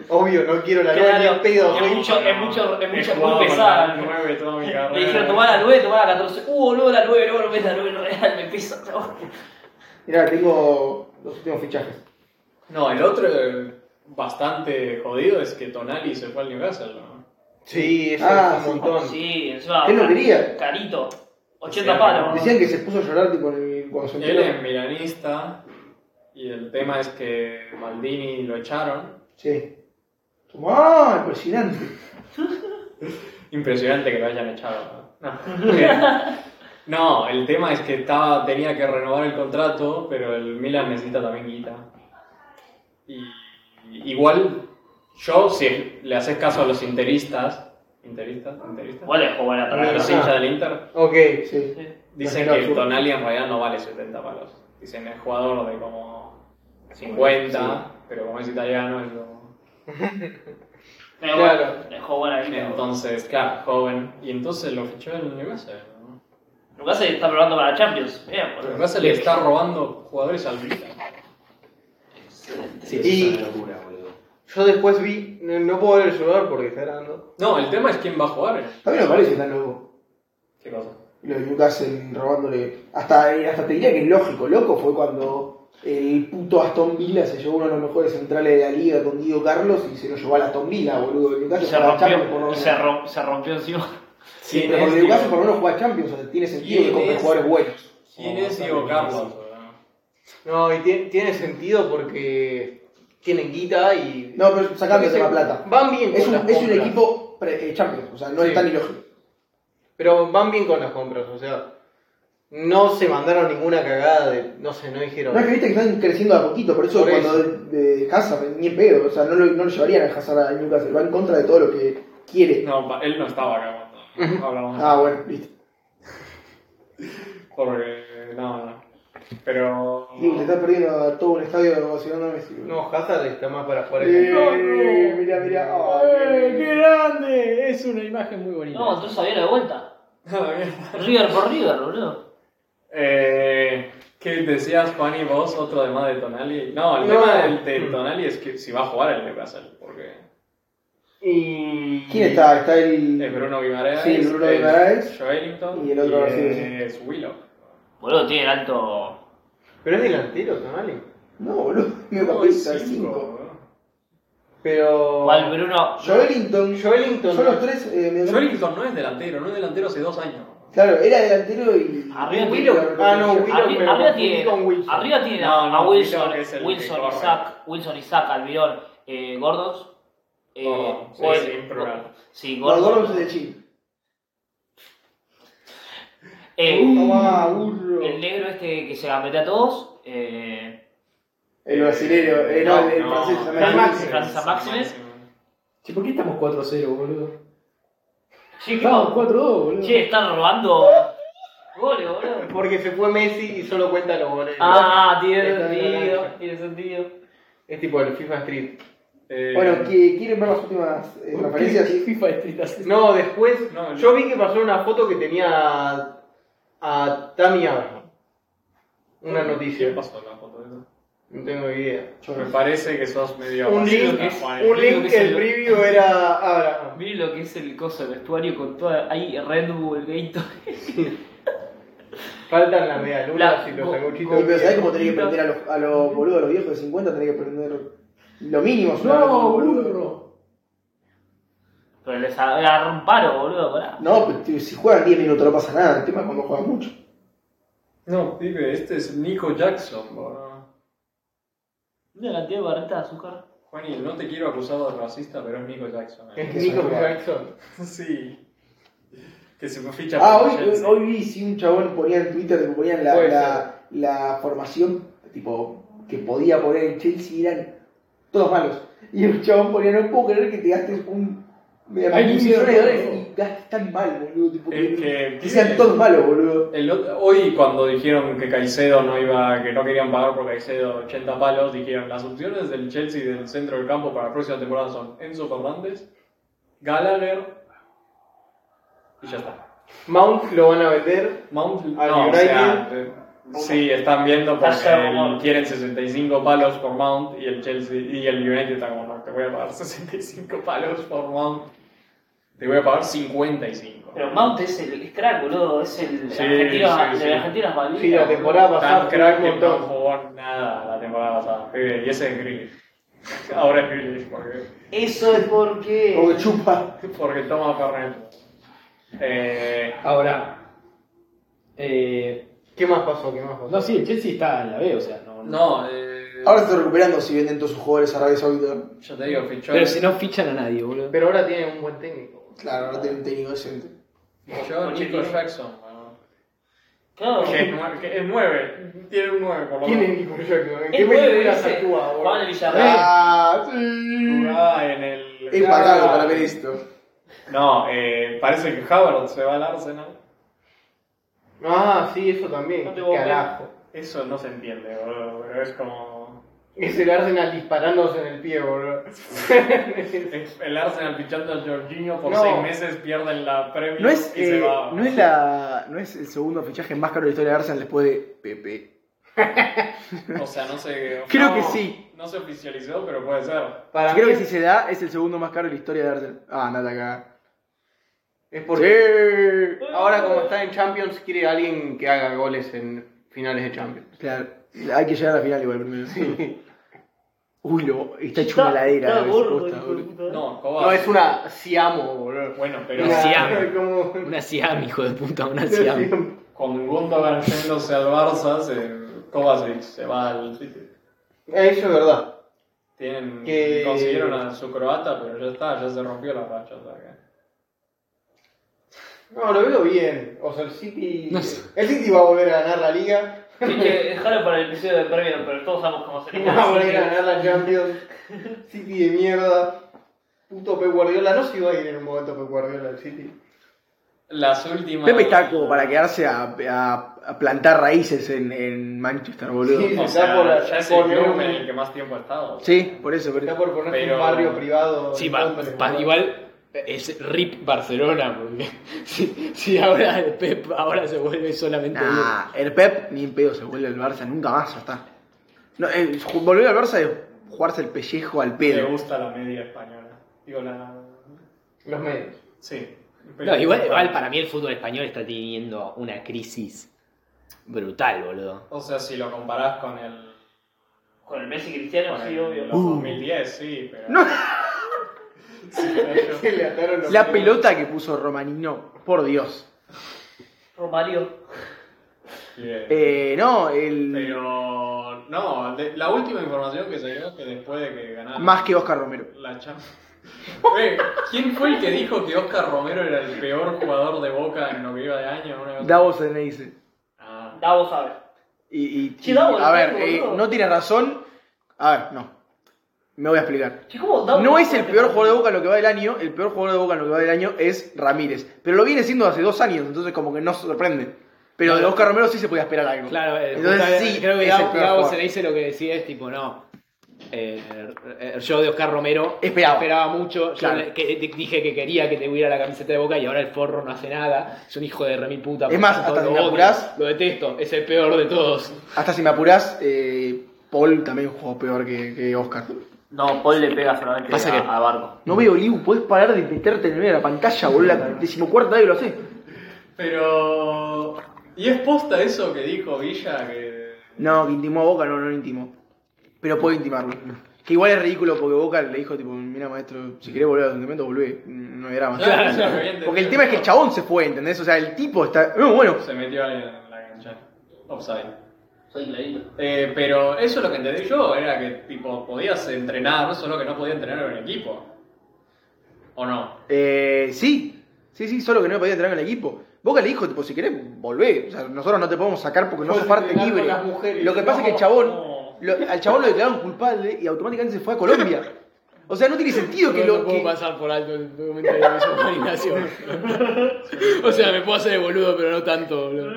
Speaker 2: Obvio, no quiero la
Speaker 5: Claro,
Speaker 2: nueva ni en pedo,
Speaker 5: es
Speaker 2: güey.
Speaker 5: mucho- es mucho- es
Speaker 3: He
Speaker 5: mucho-
Speaker 3: jugado
Speaker 5: muy
Speaker 3: con
Speaker 5: pesada.
Speaker 3: la 9 toda mi
Speaker 5: Le
Speaker 3: carrera.
Speaker 5: dijeron tomá la 9, tomá la 14. Uh, no, la 9, no, no ves la 9, no ves, me pesa. no.
Speaker 4: Mirá, tengo los últimos fichajes.
Speaker 3: No, el otro eh, bastante jodido es que Tonali se fue al Newcastle. ¿no?
Speaker 2: Sí, eso
Speaker 4: Ah,
Speaker 2: es
Speaker 4: sí.
Speaker 2: un montón.
Speaker 5: Sí, encima.
Speaker 4: ¿Qué lo quería?
Speaker 5: Carito.
Speaker 3: Sí,
Speaker 5: 80 palos.
Speaker 4: Decían que se puso a llorar tipo, en el- cuando se
Speaker 3: Él
Speaker 4: enteró.
Speaker 3: es milanista y el tema es que Maldini lo echaron.
Speaker 4: Sí. Como, ¡ah! Impresionante.
Speaker 3: Impresionante que lo hayan echado. No, No. No, el tema es que estaba, tenía que renovar el contrato, pero el Milan necesita también guita. Y igual, yo, si le haces caso a los interistas, Interista, interista.
Speaker 5: ¿Cuál es jugar a
Speaker 3: Pero es hincha del Inter.
Speaker 2: Ok.
Speaker 4: Sí.
Speaker 3: Dicen
Speaker 4: Imagino
Speaker 3: que
Speaker 4: absurdo.
Speaker 3: Tonali en realidad no vale 70 palos. Dicen es jugador de como 50, pero como es italiano es lo-
Speaker 2: Claro.
Speaker 5: Es jugar ahí. pero-
Speaker 3: Entonces, claro, joven. Y entonces lo fichó el Newcastle. ¿no?
Speaker 5: Lo que hace es está probando para Champions. Bien,
Speaker 3: El
Speaker 5: boludo.
Speaker 3: Newcastle le está robando jugadores al Milan.
Speaker 1: Sí,
Speaker 2: Y-
Speaker 1: es una locura, boludo.
Speaker 2: Yo después vi, no, no puedo ver el celular porque está grabando.
Speaker 3: No, el tema es quién va a jugar. eh.
Speaker 4: A mí no me parece tan loco.
Speaker 3: ¿Qué cosa?
Speaker 4: Lo de Newcastle robándole. Hasta, eh, hasta te diría que es lógico. Loco fue cuando el puto Aston Villa se llevó uno de los mejores centrales de la liga con Guido Carlos y se lo llevó al Aston Villa, boludo. El
Speaker 5: Y
Speaker 4: Newcastle
Speaker 5: se
Speaker 4: jugaba Champions por lo
Speaker 5: rompió,
Speaker 4: menos.
Speaker 5: y se, rom- se rompió encima.
Speaker 4: Sí, pero porque el Newcastle por lo menos juega Champions. o sea, tiene sentido que
Speaker 3: ¿Quién
Speaker 4: compre
Speaker 3: es?
Speaker 4: jugadores buenos.
Speaker 3: ¿Quién es Diego Carlos?
Speaker 2: No, y tiene, tiene sentido porque tienen guita y.
Speaker 4: No, pero sacando el tema plata.
Speaker 2: Van bien con
Speaker 4: Es un,
Speaker 2: las
Speaker 4: es un
Speaker 2: compras.
Speaker 4: equipo pre- eh, Champions, o sea, no
Speaker 2: Sí.
Speaker 4: es tan ilógico.
Speaker 2: Pero van bien con las compras, o sea. No se mandaron ninguna cagada de. No sé, no dijeron.
Speaker 4: No es que viste que están creciendo a poquito, por eso
Speaker 2: Por
Speaker 4: cuando de, de Hazard, ni en pedo, o sea, no lo, no lo llevarían a Hazard al Newcastle, va en contra de todo lo que quiere.
Speaker 3: No, pa- él no estaba acá cuando hablamos.
Speaker 4: Ah, bueno, listo.
Speaker 3: Porque, no, no. Pero...
Speaker 4: Digo, te estás perdiendo a todo un estadio de emocionando a Messi.
Speaker 2: No, Hazard está más para jugar
Speaker 4: Eh,
Speaker 2: el
Speaker 4: Mirá, mirá. ah,
Speaker 6: ¡Eh,
Speaker 4: qué-
Speaker 6: ¡Qué grande! Es una imagen muy bonita.
Speaker 5: No, entonces había la de vuelta.
Speaker 3: Ah, bien.
Speaker 5: River por River, boludo.
Speaker 3: Eh, ¿Qué decías, Juan y vos? Otro de más de Tonali. No, el
Speaker 2: No.
Speaker 3: tema del, de Tonali es que si va a jugar el Newcastle. Porque
Speaker 2: Y.
Speaker 4: ¿Quién está? Está
Speaker 3: es
Speaker 4: el.
Speaker 3: Bruno Guimaraes.
Speaker 4: Sí, Bruno Guimaraes.
Speaker 3: Joelinton.
Speaker 4: Y el otro brasileño, sí.
Speaker 3: es Willow.
Speaker 5: Boludo, tiene el alto.
Speaker 2: Pero es delantero, Tonali.
Speaker 4: No, boludo, me
Speaker 3: No,
Speaker 4: parece
Speaker 3: es
Speaker 4: está el
Speaker 3: cinco,
Speaker 4: 5.
Speaker 2: Pero.
Speaker 5: ¿Cuál Bruno?
Speaker 4: Joelinton,
Speaker 2: Joelinton.
Speaker 4: son los tres. Eh,
Speaker 3: boludo.
Speaker 4: medio-
Speaker 3: Joelinton no es delantero, no es delantero hace dos años.
Speaker 4: Claro, era delantero y.
Speaker 5: Arriba
Speaker 4: y
Speaker 5: Willow.
Speaker 2: Ah, no, Willow.
Speaker 5: Arri-
Speaker 2: pero
Speaker 5: arriba,
Speaker 2: confundí con
Speaker 5: tiene,
Speaker 2: Wilson.
Speaker 5: arriba tiene
Speaker 3: No,
Speaker 5: a-
Speaker 3: no,
Speaker 5: a Wilson,
Speaker 3: Willow es el que
Speaker 5: Wilson,
Speaker 3: corre.
Speaker 5: Isaac, Wilson, Isaac, Almirón, eh, Gordos. Eh,
Speaker 3: Gordo, Oh, sí,
Speaker 5: Gord-
Speaker 3: sí, en plural.
Speaker 5: Sí,
Speaker 4: Los
Speaker 5: Gordos.
Speaker 4: Gordos de Chile.
Speaker 5: Eh,
Speaker 2: Uh,
Speaker 4: Tomá, burro.
Speaker 5: el negro este que se la mete a todos. Eh,
Speaker 4: El brasileño, eh, no, el, el
Speaker 3: no,
Speaker 4: francés.
Speaker 3: no,
Speaker 4: Samuel
Speaker 5: Max-
Speaker 4: Jackson.
Speaker 5: Francis Maximus.
Speaker 6: Che, ¿por qué estamos 4-0, boludo?
Speaker 5: che, ¿qué
Speaker 6: Estamos 4-2, boludo.
Speaker 5: Che, están robando goles, boludo.
Speaker 2: Porque se fue Messi y solo cuenta los goles.
Speaker 5: Ah, tiene
Speaker 2: Está en la
Speaker 5: sentido,
Speaker 2: cancha.
Speaker 5: tiene sentido.
Speaker 2: Es tipo el FIFA Street.
Speaker 3: Eh,
Speaker 4: Bueno, que quieren ver las últimas eh, referencias.
Speaker 6: FIFA Street hace?
Speaker 2: No, después.
Speaker 3: No, no.
Speaker 2: Yo vi que pasó una foto que tenía a, a Tammy Abraham. Una
Speaker 3: ¿Qué
Speaker 2: noticia.
Speaker 3: pasó en la foto de eso?
Speaker 2: No tengo idea.
Speaker 3: Me parece que sos medio
Speaker 2: Un link,
Speaker 3: racista, Juan.
Speaker 2: un
Speaker 5: creo que
Speaker 2: link
Speaker 5: es
Speaker 2: el
Speaker 5: el-
Speaker 2: preview era Abraham.
Speaker 5: Miren lo que es el coso del vestuario con toda. Hay Red Bull, Gatorade.
Speaker 2: Faltan las medialunas
Speaker 5: La-
Speaker 2: y los
Speaker 5: go-
Speaker 2: sanguchitos.
Speaker 4: Pero, pero ¿sabés
Speaker 2: que-
Speaker 4: cómo tenés que prender a los, a los boludos, a los viejos de 50? Tenés que prender lo mínimo. si
Speaker 6: No,
Speaker 4: boludo.
Speaker 6: burro.
Speaker 5: Pero les agarra un paro, boludo, pará.
Speaker 4: No, pero tío, si juegan 10 minutos no pasa nada. El tema es cuando juegan mucho.
Speaker 3: No, pibe, este es Nico Jackson, boludo.
Speaker 5: Mira la cantidad de barritas de azúcar.
Speaker 3: Juani, no te quiero acusar de racista, pero es Nico Jackson.
Speaker 2: Es
Speaker 3: ¿eh?
Speaker 4: que
Speaker 2: Nico
Speaker 4: son igual.
Speaker 2: Jackson.
Speaker 3: sí. Que se me ficha
Speaker 4: Ah,
Speaker 3: por
Speaker 4: hoy, hoy,
Speaker 3: Chelsea.
Speaker 4: hoy vi si un chabón ponía en Twitter que ponían la,
Speaker 2: Puede
Speaker 4: la, la formación tipo que podía poner el Chelsea y eran todos malos. Y el chabón ponía, no puedo creer que te gastes un media
Speaker 6: Ay,
Speaker 4: millones de
Speaker 6: mierda,
Speaker 4: dólares
Speaker 6: boludo.
Speaker 4: y gastes tan mal, boludo. Tipo,
Speaker 3: Es
Speaker 4: que,
Speaker 3: que-
Speaker 4: que sean todos malos, boludo.
Speaker 3: El ot- hoy cuando dijeron que Caicedo no iba, que no querían pagar por Caicedo 80 palos, dijeron las opciones del Chelsea y del centro del campo para la próxima temporada son Enzo Fernández, Gallagher y ya está.
Speaker 2: Mount lo van a vender.
Speaker 3: Mount,
Speaker 2: Al
Speaker 3: no, o
Speaker 2: United.
Speaker 3: sea, eh, sí, están viendo porque
Speaker 5: Pasa Mount.
Speaker 3: quieren 65 palos por Mount y el Chelsea y el United está como, no, te voy a pagar 65 palos por Mount, te voy a pagar 55.
Speaker 5: Pero Mount es el es crack, boludo. Es el
Speaker 3: Sí,
Speaker 5: argentino,
Speaker 3: sí,
Speaker 5: de
Speaker 3: sí.
Speaker 5: Argentinas
Speaker 2: Sí, la
Speaker 5: Malvinas. boludo.
Speaker 2: temporada pasada
Speaker 3: Tan
Speaker 2: fue
Speaker 3: crack
Speaker 2: un
Speaker 3: que no
Speaker 2: montón.
Speaker 3: jugó nada la temporada pasada. Eh, Y ese es Grealish. Ahora es Grealish porque,
Speaker 5: Eso es porque.
Speaker 4: Como que chupa.
Speaker 3: porque toma Fernet. Eh,
Speaker 6: Ahora. Eh,
Speaker 2: ¿Qué más pasó? ¿Qué más pasó?
Speaker 6: no, sí, el Chelsea está en la B, o sea, no.
Speaker 3: no, eh,
Speaker 4: Ahora se está recuperando si venden todos sus jugadores a Arabia Saudita.
Speaker 3: yo te digo, fichó,
Speaker 6: Pero si no fichan a nadie, boludo.
Speaker 2: Pero ahora tiene un buen técnico.
Speaker 4: Claro, ahora tienen un técnico decente.
Speaker 3: fichó a Nico Jackson. ¿no?
Speaker 5: Claro.
Speaker 3: Que es nue- que es 9, tiene un 9 por lo
Speaker 2: ¿Quién
Speaker 3: menos.
Speaker 2: es Nico Jackson? ¿En
Speaker 5: Es
Speaker 2: qué
Speaker 5: nueve,
Speaker 2: películas
Speaker 5: dice.
Speaker 2: actúa,
Speaker 5: Juan
Speaker 2: boludo?
Speaker 5: el Villarreal.
Speaker 4: Ah, sí.
Speaker 3: Jugaba en el.
Speaker 4: Es pagado para ver esto.
Speaker 3: No, eh, parece que Havertz se va al Arsenal.
Speaker 2: Ah, sí, eso también.
Speaker 3: No te
Speaker 2: qué
Speaker 3: voy a
Speaker 2: Carajo.
Speaker 3: Eso no se entiende, boludo, pero es como...
Speaker 2: Es el Arsenal disparándose en el pie, boludo.
Speaker 3: es El Arsenal fichando a Jorginho por
Speaker 2: No.
Speaker 3: seis meses, pierden la Premier
Speaker 4: No es,
Speaker 3: y se
Speaker 4: eh,
Speaker 3: va.
Speaker 4: no es la, no es el segundo fichaje más caro de la historia de Arsenal después de Pepe.
Speaker 3: O sea, no sé...
Speaker 4: Creo
Speaker 3: no,
Speaker 4: que sí.
Speaker 3: No se oficializó, pero puede ser.
Speaker 2: Para
Speaker 4: Creo
Speaker 2: mí
Speaker 4: que si se da, es el segundo más caro de la historia de Arsenal. Ah, nada acá.
Speaker 2: es porque
Speaker 4: Porque...
Speaker 2: ahora como está en Champions quiere alguien que haga goles en finales de Champions.
Speaker 4: Claro, hay que llegar a la final igual primero. Uy, lo, está hecho una
Speaker 5: Está-
Speaker 4: ladera.
Speaker 5: Está
Speaker 4: ese
Speaker 5: gordo,
Speaker 4: posta,
Speaker 5: hijo de
Speaker 4: boludo.
Speaker 5: puta.
Speaker 3: No, Kovac.
Speaker 2: No es una Siamo, boludo.
Speaker 3: Bueno, pero
Speaker 6: Una Siam.
Speaker 2: Como-
Speaker 6: Una Siam, hijo de puta, una Siam.
Speaker 3: con Gundogan yéndose al Barça, se... Kovacic se va al City.
Speaker 2: Eh, Eso es verdad.
Speaker 3: Tienen,
Speaker 2: Que-
Speaker 3: Consiguieron a su croata, pero ya está, ya se rompió la racha. o sea que-
Speaker 2: No, lo veo bien. O sea, el City.
Speaker 6: No sé.
Speaker 2: El City va a volver a ganar la liga.
Speaker 5: Che, dejalo para el episodio de Premier, pero todos sabemos cómo se
Speaker 2: Va a volver a ganar la Champions. City de mierda. Puto Pep Guardiola. No se iba a ir en un momento Pep Guardiola al City.
Speaker 3: Las últimas...
Speaker 4: Pepe está como para quedarse a, a- a plantar raíces en, en Manchester, boludo.
Speaker 2: Sí.
Speaker 4: Sí.
Speaker 3: O
Speaker 2: Está
Speaker 3: sea,
Speaker 2: por-
Speaker 3: ya es el
Speaker 2: por-
Speaker 3: club en el que más tiempo ha estado.
Speaker 4: por eso, por
Speaker 2: Está
Speaker 4: eso.
Speaker 2: por ponerse
Speaker 3: Pero-
Speaker 2: un barrio privado.
Speaker 6: Sí,
Speaker 2: en
Speaker 6: pa-
Speaker 2: Londres,
Speaker 6: pa-
Speaker 2: ¿no?
Speaker 6: igual es RIP Barcelona, porque si, si ahora el Pep ahora se vuelve solamente bien.
Speaker 4: Nah, el Pep ni en pedo se vuelve al Barça, nunca más, ya está. No, eh, ju- volver al Barça es jugarse el pellejo al
Speaker 3: Le
Speaker 4: pedo.
Speaker 3: gusta la media española. Digo, la...
Speaker 2: Los medios.
Speaker 3: Sí.
Speaker 6: No, igual, igual para mí el fútbol español está teniendo una crisis brutal, boludo.
Speaker 3: O sea, si lo comparás con el...
Speaker 5: Con el Messi Cristiano,
Speaker 3: con
Speaker 5: sí,
Speaker 3: el de
Speaker 5: obvio.
Speaker 3: los 2010, sí, pero...
Speaker 4: Uh. No.
Speaker 3: Sí, pero yo-
Speaker 2: Se le ataron los
Speaker 4: La
Speaker 2: medios.
Speaker 4: pelota que puso Romanino, por Dios.
Speaker 5: Romario.
Speaker 3: Bien.
Speaker 4: Eh, no, el
Speaker 3: Pero... No, de- la última información que se dio es que después de que ganaron...
Speaker 4: más que Oscar Romero.
Speaker 3: La Champions. Güey, ¿Quién fue el que dijo que Oscar Romero era el peor jugador de Boca en lo que iba de año? Una cosa-
Speaker 4: Davos en dice.
Speaker 3: Ah,
Speaker 5: Davos sabe.
Speaker 4: Y, y-
Speaker 5: Che,
Speaker 4: y-
Speaker 5: Davos,
Speaker 4: a ver,
Speaker 5: boludo.
Speaker 4: eh, no tienes razón. A ver, no. Me voy a explicar.
Speaker 5: Che, ¿cómo Davos?
Speaker 4: No es el peor jugador de Boca en lo que va del año, el peor jugador de Boca en lo que va del año es Ramírez. Pero lo viene siendo hace dos años, entonces como que no sorprende. Pero de Oscar Romero sí se podía esperar algo.
Speaker 6: Claro, eh,
Speaker 4: Entonces
Speaker 6: justamente
Speaker 4: sí,
Speaker 6: creo que
Speaker 4: es el
Speaker 6: Gabo,
Speaker 4: peor
Speaker 6: Gabo
Speaker 4: jugador.
Speaker 6: se le dice lo que decía es tipo, no. eh, eh, yo de Oscar Romero
Speaker 4: Esperaba.
Speaker 6: mucho. Yo
Speaker 4: Claro.
Speaker 6: le- que- te- dije que quería que te hubiera la camiseta de boca y ahora el forro no hace nada. Es un hijo de remil puta.
Speaker 4: Es
Speaker 6: por
Speaker 4: más,
Speaker 6: tanto,
Speaker 4: hasta
Speaker 6: lo
Speaker 4: si me
Speaker 6: odio,
Speaker 4: apurás-
Speaker 6: Lo detesto, es el peor de todos.
Speaker 4: Hasta si me apurás, eh, Paul también jugó peor que, que Oscar.
Speaker 5: No, Paul le pega solamente
Speaker 6: Pasa que-
Speaker 5: a, a Barco.
Speaker 4: No veo, Liu, podés parar de meterte en el medio de la pantalla, boludo. La decimocuarta vez que lo hace.
Speaker 3: Pero... ¿Y es posta eso que dijo Villa? Que...
Speaker 4: No, que intimó a Boca, no, no lo intimó. Pero puedo intimarlo. Que igual es ridículo porque Boca le dijo, tipo, mira maestro, si querés volver al sentimiento, volvé. No hay drama.
Speaker 3: Claro, eso lo había
Speaker 4: Porque el
Speaker 3: entendido.
Speaker 4: tema es que el chabón se fue, ¿entendés? O sea, el tipo está. No, bueno.
Speaker 3: Se metió ahí en la cancha. Offside.
Speaker 5: Soy clarito.
Speaker 3: Eh, pero eso es lo que entendí yo, era que tipo podías entrenar, solo que no podías entrenar en equipo. ¿O no?
Speaker 4: Eh, sí, sí, sí, solo que no me podía entrar en el equipo. Boca le dijo, tipo, si querés, volvé. O sea, nosotros no te podemos sacar porque no
Speaker 2: Fue
Speaker 4: sos parte
Speaker 2: entrenar
Speaker 4: libre.
Speaker 2: con las mujeres.
Speaker 4: Lo que pasa es que el
Speaker 2: No,
Speaker 4: chabón,
Speaker 3: no.
Speaker 4: lo- al chabón lo declararon culpable y automáticamente se fue a Colombia. O sea, no tiene sentido que
Speaker 6: no,
Speaker 4: lo.
Speaker 6: no puedo
Speaker 4: que-
Speaker 6: pasar por alto el comentario de insubordinación. o sea, me puedo hacer de boludo, pero no tanto, boludo.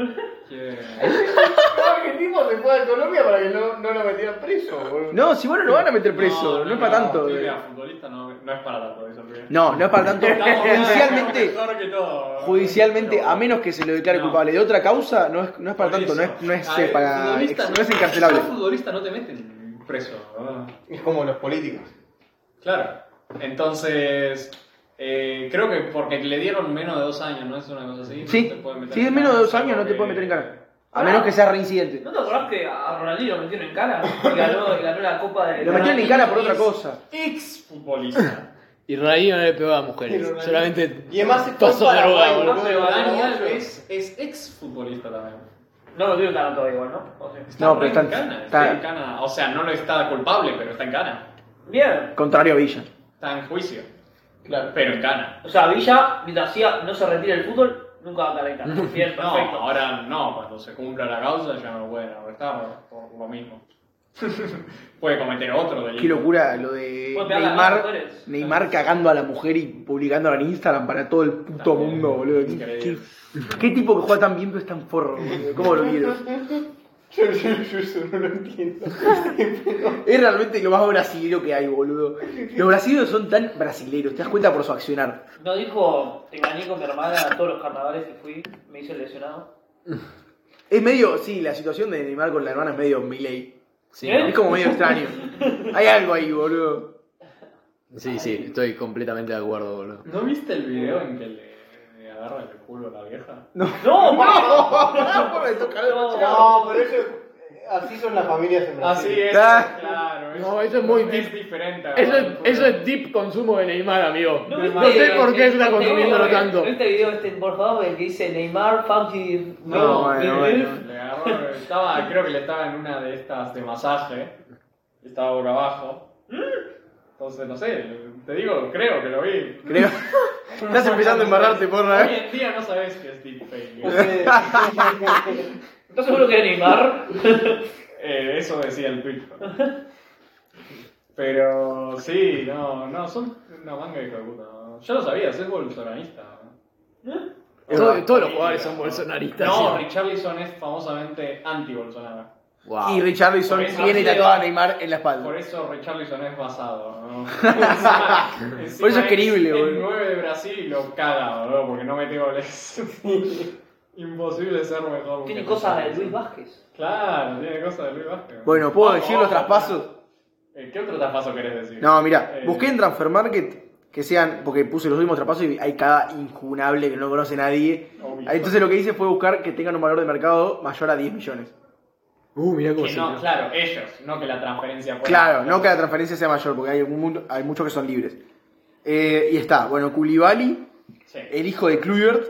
Speaker 3: Que-
Speaker 2: No, que el tipo se fue a Colombia para que no, no lo metieran preso, boludo.
Speaker 4: No, si bueno, no van a meter preso, no, es para tanto.
Speaker 3: pibe,
Speaker 4: eh.
Speaker 3: a futbolista no, no es para tanto, eso, pibe.
Speaker 4: No, no es para tanto.
Speaker 3: Estamos
Speaker 4: Judicialmente,
Speaker 3: mejor que todo.
Speaker 4: judicialmente,
Speaker 3: Pero-
Speaker 4: a menos que se lo declare
Speaker 3: No.
Speaker 4: culpable de otra causa, no es, no es para
Speaker 3: Por
Speaker 4: tanto, no es,
Speaker 3: eso.
Speaker 4: no es,
Speaker 3: A
Speaker 4: eh,
Speaker 3: ver,
Speaker 4: para,
Speaker 3: futbolista
Speaker 4: ex-
Speaker 3: no-
Speaker 4: no es encarcelable.
Speaker 3: si sos futbolista no te meten preso. ¿no?
Speaker 2: Es como los políticos.
Speaker 3: Claro. Entonces, eh, creo que porque le dieron menos de dos años, ¿no? Es una cosa así.
Speaker 4: Sí,
Speaker 3: no te pueden meter
Speaker 4: si es
Speaker 3: en
Speaker 4: menos de
Speaker 3: cana,
Speaker 4: dos años no
Speaker 3: salvo
Speaker 4: te
Speaker 3: que-
Speaker 4: puede meter en cara. A
Speaker 5: Ah.
Speaker 4: menos que sea reincidente.
Speaker 5: ¿No te acordás que a Ronaldinho lo metieron en cara? Y ganó, y ganó la copa de.
Speaker 4: Lo metieron en cara por otra cosa.
Speaker 3: Ex futbolista.
Speaker 6: Y Ronaldinho no le pegó a mujeres,
Speaker 2: Pero Ronaldinho-
Speaker 6: solamente
Speaker 2: Y además se fue
Speaker 6: pasó
Speaker 2: para
Speaker 6: droga,
Speaker 2: Paraguay,
Speaker 6: boludo.
Speaker 2: ¿no?
Speaker 3: Pero Dani
Speaker 2: Paraguayo.
Speaker 3: Alves es ex futbolista también.
Speaker 5: No lo vieron tanto todavía igual, ¿no? O sea,
Speaker 4: No, pero
Speaker 3: está
Speaker 4: está,
Speaker 3: en cana,
Speaker 4: está-
Speaker 3: está en cana. O sea, no lo está culpable, pero está en cana.
Speaker 5: Bien.
Speaker 4: contrario a Villa.
Speaker 3: Está en juicio,
Speaker 2: Claro.
Speaker 3: pero en cana.
Speaker 5: O sea, Villa, mientras hacía- no se retire el fútbol, nunca va a calentar. Bien,
Speaker 3: No,
Speaker 5: perfecto.
Speaker 3: ahora no, cuando se cumpla la causa ya no lo pueden arrestar por lo mismo. Puede cometer otro delito.
Speaker 4: Qué locura lo de
Speaker 5: Vos te hablas de
Speaker 4: Neymar,
Speaker 5: actores.
Speaker 4: Neymar cagando a la mujer y publicándola en Instagram para todo el puto
Speaker 3: También.
Speaker 4: mundo, boludo. ¿Qué, qué,
Speaker 3: Increíble.
Speaker 4: qué tipo que juega tan bien pero es tan forro, boludo? ¿Cómo lo vieron?
Speaker 2: Yo, yo, yo eso no lo entiendo.
Speaker 4: Es realmente lo más brasilero que hay, boludo. Los brasileños son tan brasileros, te das cuenta por su accionar.
Speaker 5: No dijo, te engañé con mi hermana a todos los carnavales que fui, me hice lesionado.
Speaker 4: Es medio, sí, la situación de Neymar con la hermana es medio Miley.
Speaker 1: Sí,
Speaker 5: ¿Eh?
Speaker 4: Es como medio extraño. Hay algo ahí, boludo.
Speaker 1: ¿no? sí, sí, estoy completamente de acuerdo, boludo.
Speaker 3: ¿No viste el video en que le, le agarra el culo a la vieja?
Speaker 5: ¡No!
Speaker 2: No, pero eso. Así son las familias en Brasil.
Speaker 3: Así es,
Speaker 4: Ah.
Speaker 3: claro.
Speaker 6: No, eso es muy
Speaker 3: Es
Speaker 6: deep.
Speaker 3: diferente.
Speaker 6: Eso es,
Speaker 3: agarrar el culo.
Speaker 6: eso es deep consumo de Neymar, amigo.
Speaker 5: ¿No
Speaker 6: No,
Speaker 5: viste
Speaker 6: sé
Speaker 5: el-
Speaker 6: por qué
Speaker 5: el-
Speaker 6: está
Speaker 5: el-
Speaker 6: consumiéndolo
Speaker 5: el-
Speaker 6: tanto.
Speaker 5: ¿Viste el video este en Pornhub el que dice Neymar, Funky...
Speaker 4: No, bueno, bueno.
Speaker 3: Le agarró, estaba, creo que le estaba en una de estas de masaje. y Estaba boca abajo. Entonces, no sé, te digo, creo que lo vi.
Speaker 4: Creo. Estás empezando a embarrarte,
Speaker 6: ¿eh?
Speaker 4: porra. eh.
Speaker 3: Hoy en día no sabes qué es deepfake.
Speaker 2: Ustedes-
Speaker 5: ¿Estás seguro que era Neymar?
Speaker 3: Eh, eso decía el tweet. Pero sí, no, no, son una manga de cabuta. Yo lo sabía, soy bolsonarista.
Speaker 6: Todo- todos los jugadores son bolsonaristas.
Speaker 3: No,
Speaker 6: sí.
Speaker 3: Richarlison es famosamente anti-Bolsonaro.
Speaker 1: Wow.
Speaker 4: Y Richarlison
Speaker 3: Por eso
Speaker 4: tiene
Speaker 3: así le-
Speaker 4: tatuado a Neymar en la
Speaker 3: Por
Speaker 4: espalda.
Speaker 3: eso Richarlison es basado, ¿no? Encima- encima
Speaker 4: eso es querible,
Speaker 3: el- El
Speaker 4: boludo.
Speaker 3: 9 de Brasil lo caga, boludo, porque no mete goles. Imposible ser mejor.
Speaker 5: Tiene
Speaker 3: que
Speaker 5: cosas de
Speaker 3: Richarlison.
Speaker 5: Luis Vázquez. Ah,
Speaker 3: Claro, tiene cosas de Luis Vázquez.
Speaker 4: Bueno, ¿puedo
Speaker 3: Ojo,
Speaker 4: decir los
Speaker 3: ojo.
Speaker 4: traspasos?
Speaker 3: Eh, ¿Qué otro traspaso querés decir?
Speaker 4: No, mira,
Speaker 3: Eh,
Speaker 4: busqué en Transfer Market que sean, porque puse los últimos traspasos y hay cada injugable que no conoce nadie.
Speaker 3: Obvio.
Speaker 4: Entonces lo que hice fue buscar que tengan un valor de mercado mayor a 10 millones. Uh, mirá
Speaker 3: Que no, claro, ellos, no que la transferencia fuera.
Speaker 4: Claro, no que la transferencia sea mayor, porque hay, un mundo- hay muchos que son libres. Eh, y está, bueno, Koulibaly,
Speaker 3: Sí,
Speaker 4: el hijo de Kluivert,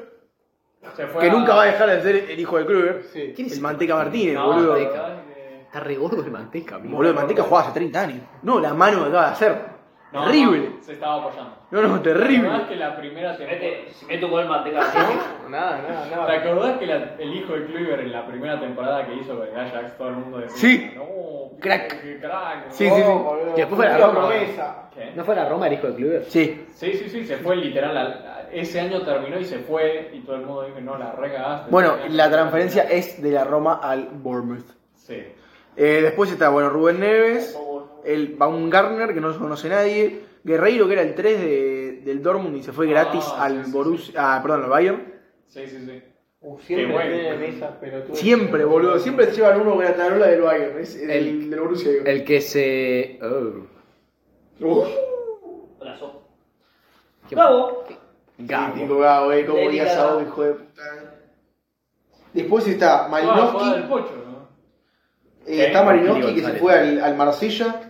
Speaker 3: se fue
Speaker 4: Eh, que
Speaker 3: a-
Speaker 4: nunca va a dejar de ser el hijo de Kluivert.
Speaker 2: Sí.
Speaker 1: ¿Quién es
Speaker 4: El
Speaker 1: ese?
Speaker 4: Manteca Martínez,
Speaker 3: No,
Speaker 4: boludo.
Speaker 3: la verdad que-
Speaker 1: Está re gordo el manteca, amigo.
Speaker 4: Boludo, el Manteca jugaba hace 30 años. No, la mano que acaba de hacer.
Speaker 3: No,
Speaker 4: terrible.
Speaker 3: no, se estaba apoyando.
Speaker 4: No, no,
Speaker 3: ¿Te acordás
Speaker 4: terrible.
Speaker 3: que la primera
Speaker 5: Si
Speaker 3: temporada.
Speaker 5: mete, si mete un gol manteca ¿no?
Speaker 2: Nada, nada,
Speaker 3: ¿Te
Speaker 2: nada.
Speaker 3: acordás que la- el hijo de Kluivert en la primera temporada que hizo con el Ajax todo el mundo decía?
Speaker 4: Sí.
Speaker 3: No,
Speaker 4: Crack.
Speaker 3: qué crack.
Speaker 4: Sí, sí, sí.
Speaker 2: boludo,
Speaker 1: Que después fue la
Speaker 2: una
Speaker 1: Roma.
Speaker 2: promesa.
Speaker 3: ¿Qué?
Speaker 1: ¿No fue a la Roma el hijo de Kluivert?
Speaker 4: Sí,
Speaker 3: Sí, sí, sí, se fue literal. a- a- ese año terminó y se fue y todo el mundo dijo, no, la regagaste.
Speaker 4: bueno, la transferencia es de la Roma al Bournemouth.
Speaker 3: Sí.
Speaker 4: Eh, después está, bueno, Rubén Neves, el Baumgartner, que no conoce nadie, Guerreiro, que era el 3 de- del Dortmund y se fue gratis
Speaker 3: Ah, sí,
Speaker 4: al
Speaker 3: sí,
Speaker 4: Borussia, ah, perdón, al Bayern.
Speaker 3: Sí, sí, sí.
Speaker 2: Uh,
Speaker 3: Qué
Speaker 2: Siempre
Speaker 3: bueno.
Speaker 2: tienen esas pelotudas.
Speaker 4: Siempre, boludo, siempre se llevan uno gratarola del Bayern, es el,
Speaker 1: El-
Speaker 4: del Borussia. digo.
Speaker 1: El que se. Oh.
Speaker 4: Uf,
Speaker 5: Brazo.
Speaker 1: Qué-
Speaker 5: Bravo.
Speaker 1: Gabo.
Speaker 4: mítico, Gabo, eh, cómo
Speaker 5: Lady
Speaker 4: odias a
Speaker 5: Gaga.
Speaker 4: vos, hijo de puta. Después está
Speaker 3: Toda la jugada
Speaker 4: Malinowski,
Speaker 3: del pocho, ¿no?
Speaker 4: eh, está
Speaker 3: Ok,
Speaker 4: Malinowski
Speaker 1: González.
Speaker 4: que se fue al, al Marsella,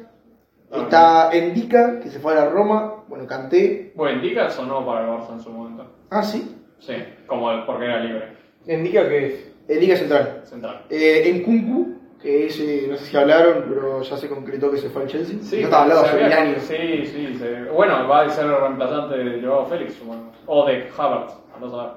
Speaker 3: Ah,
Speaker 4: está Endica que se fue a la Roma, bueno, Canté.
Speaker 3: Bueno, Dica sonó para el Barça en su momento.
Speaker 4: Ah, sí,
Speaker 3: Sí, como el- porque era libre,
Speaker 2: ¿Indica qué es?
Speaker 4: Endica Central.
Speaker 3: central.
Speaker 4: Eh, en Kunku, que es, eh, no sé si hablaron, pero ya se concretó que se fue al Chelsea.
Speaker 3: Sí,
Speaker 4: ya estaba hablado
Speaker 3: se
Speaker 4: hace
Speaker 3: había-
Speaker 4: mil años.
Speaker 3: Sí, sí. se- bueno, va a ser el reemplazante de Joao Félix, supongo. O de Havertz, a no saber.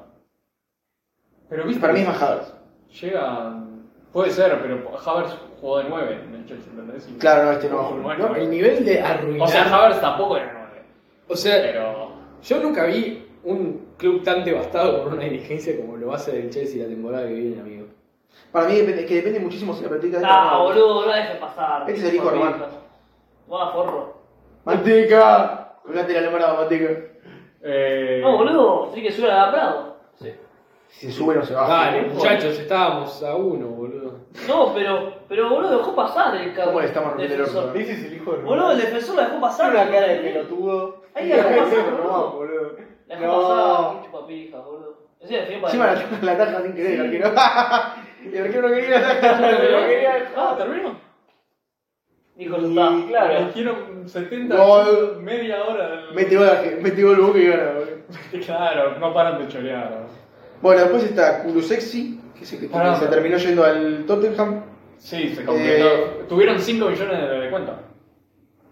Speaker 3: Pero viste,
Speaker 4: Para mí es más Havertz.
Speaker 3: llega. Puede ser, pero Havertz jugó de 9 en el Chelsea, ¿entendés? Y-
Speaker 4: Claro, no, este no.
Speaker 3: Bueno,
Speaker 8: No, el nivel de arruinar.
Speaker 3: O sea, Havertz tampoco era 9.
Speaker 8: o sea,
Speaker 3: Pero.
Speaker 8: yo nunca vi un club tan devastado por una dirigencia como lo va a hacer el Chelsea la temporada que viene, amigo.
Speaker 4: Para mí depende, es que depende muchísimo si la práctica de
Speaker 5: Ah, boludo, no la dejes pasar.
Speaker 4: Ese es el hijo de Román.
Speaker 5: Guau, forro.
Speaker 4: ¡Manteca! Colgate la lámpara, manteca.
Speaker 3: Eh,
Speaker 5: No, boludo, tiene que subir a la Prado.
Speaker 4: Si se sube no se baja.
Speaker 8: Dale, muchachos, estábamos a uno, boludo.
Speaker 5: No, pero, pero boludo, dejó pasar el cabrón.
Speaker 4: ¿Cómo le estamos rompiendo el orto?
Speaker 5: defensor.
Speaker 2: Ese es el hijo de Roma.
Speaker 5: Boludo, el defensor la dejó pasar.
Speaker 2: Tiene una cara de
Speaker 5: ¿eh?
Speaker 2: pelotudo.
Speaker 5: Ahí la dejó pasar,
Speaker 2: Roma,
Speaker 5: boludo.
Speaker 2: boludo.
Speaker 5: La dejó pasar,
Speaker 4: No.
Speaker 5: qué chupapija, boludo. Encima le tiró
Speaker 4: Encima
Speaker 5: para
Speaker 4: la,
Speaker 5: adentro.
Speaker 4: la taja sin querer, el arquero. el arquero no quería la taja, no quería.
Speaker 3: Ah, terminó.
Speaker 5: Dijo, ya está.
Speaker 2: Y claro.
Speaker 3: Hicieron 70
Speaker 4: Gol.
Speaker 3: media hora. del-
Speaker 4: Mete gol, arque- mete gol, boca y gana, boludo.
Speaker 3: Claro, no paran de chorear. ¿no?
Speaker 4: Bueno, después está Kulusexi, que es el que
Speaker 3: Pará.
Speaker 4: se terminó yendo al Tottenham.
Speaker 3: Sí, se completó.
Speaker 4: Eh,
Speaker 3: Tuvieron 5 millones de cuenta.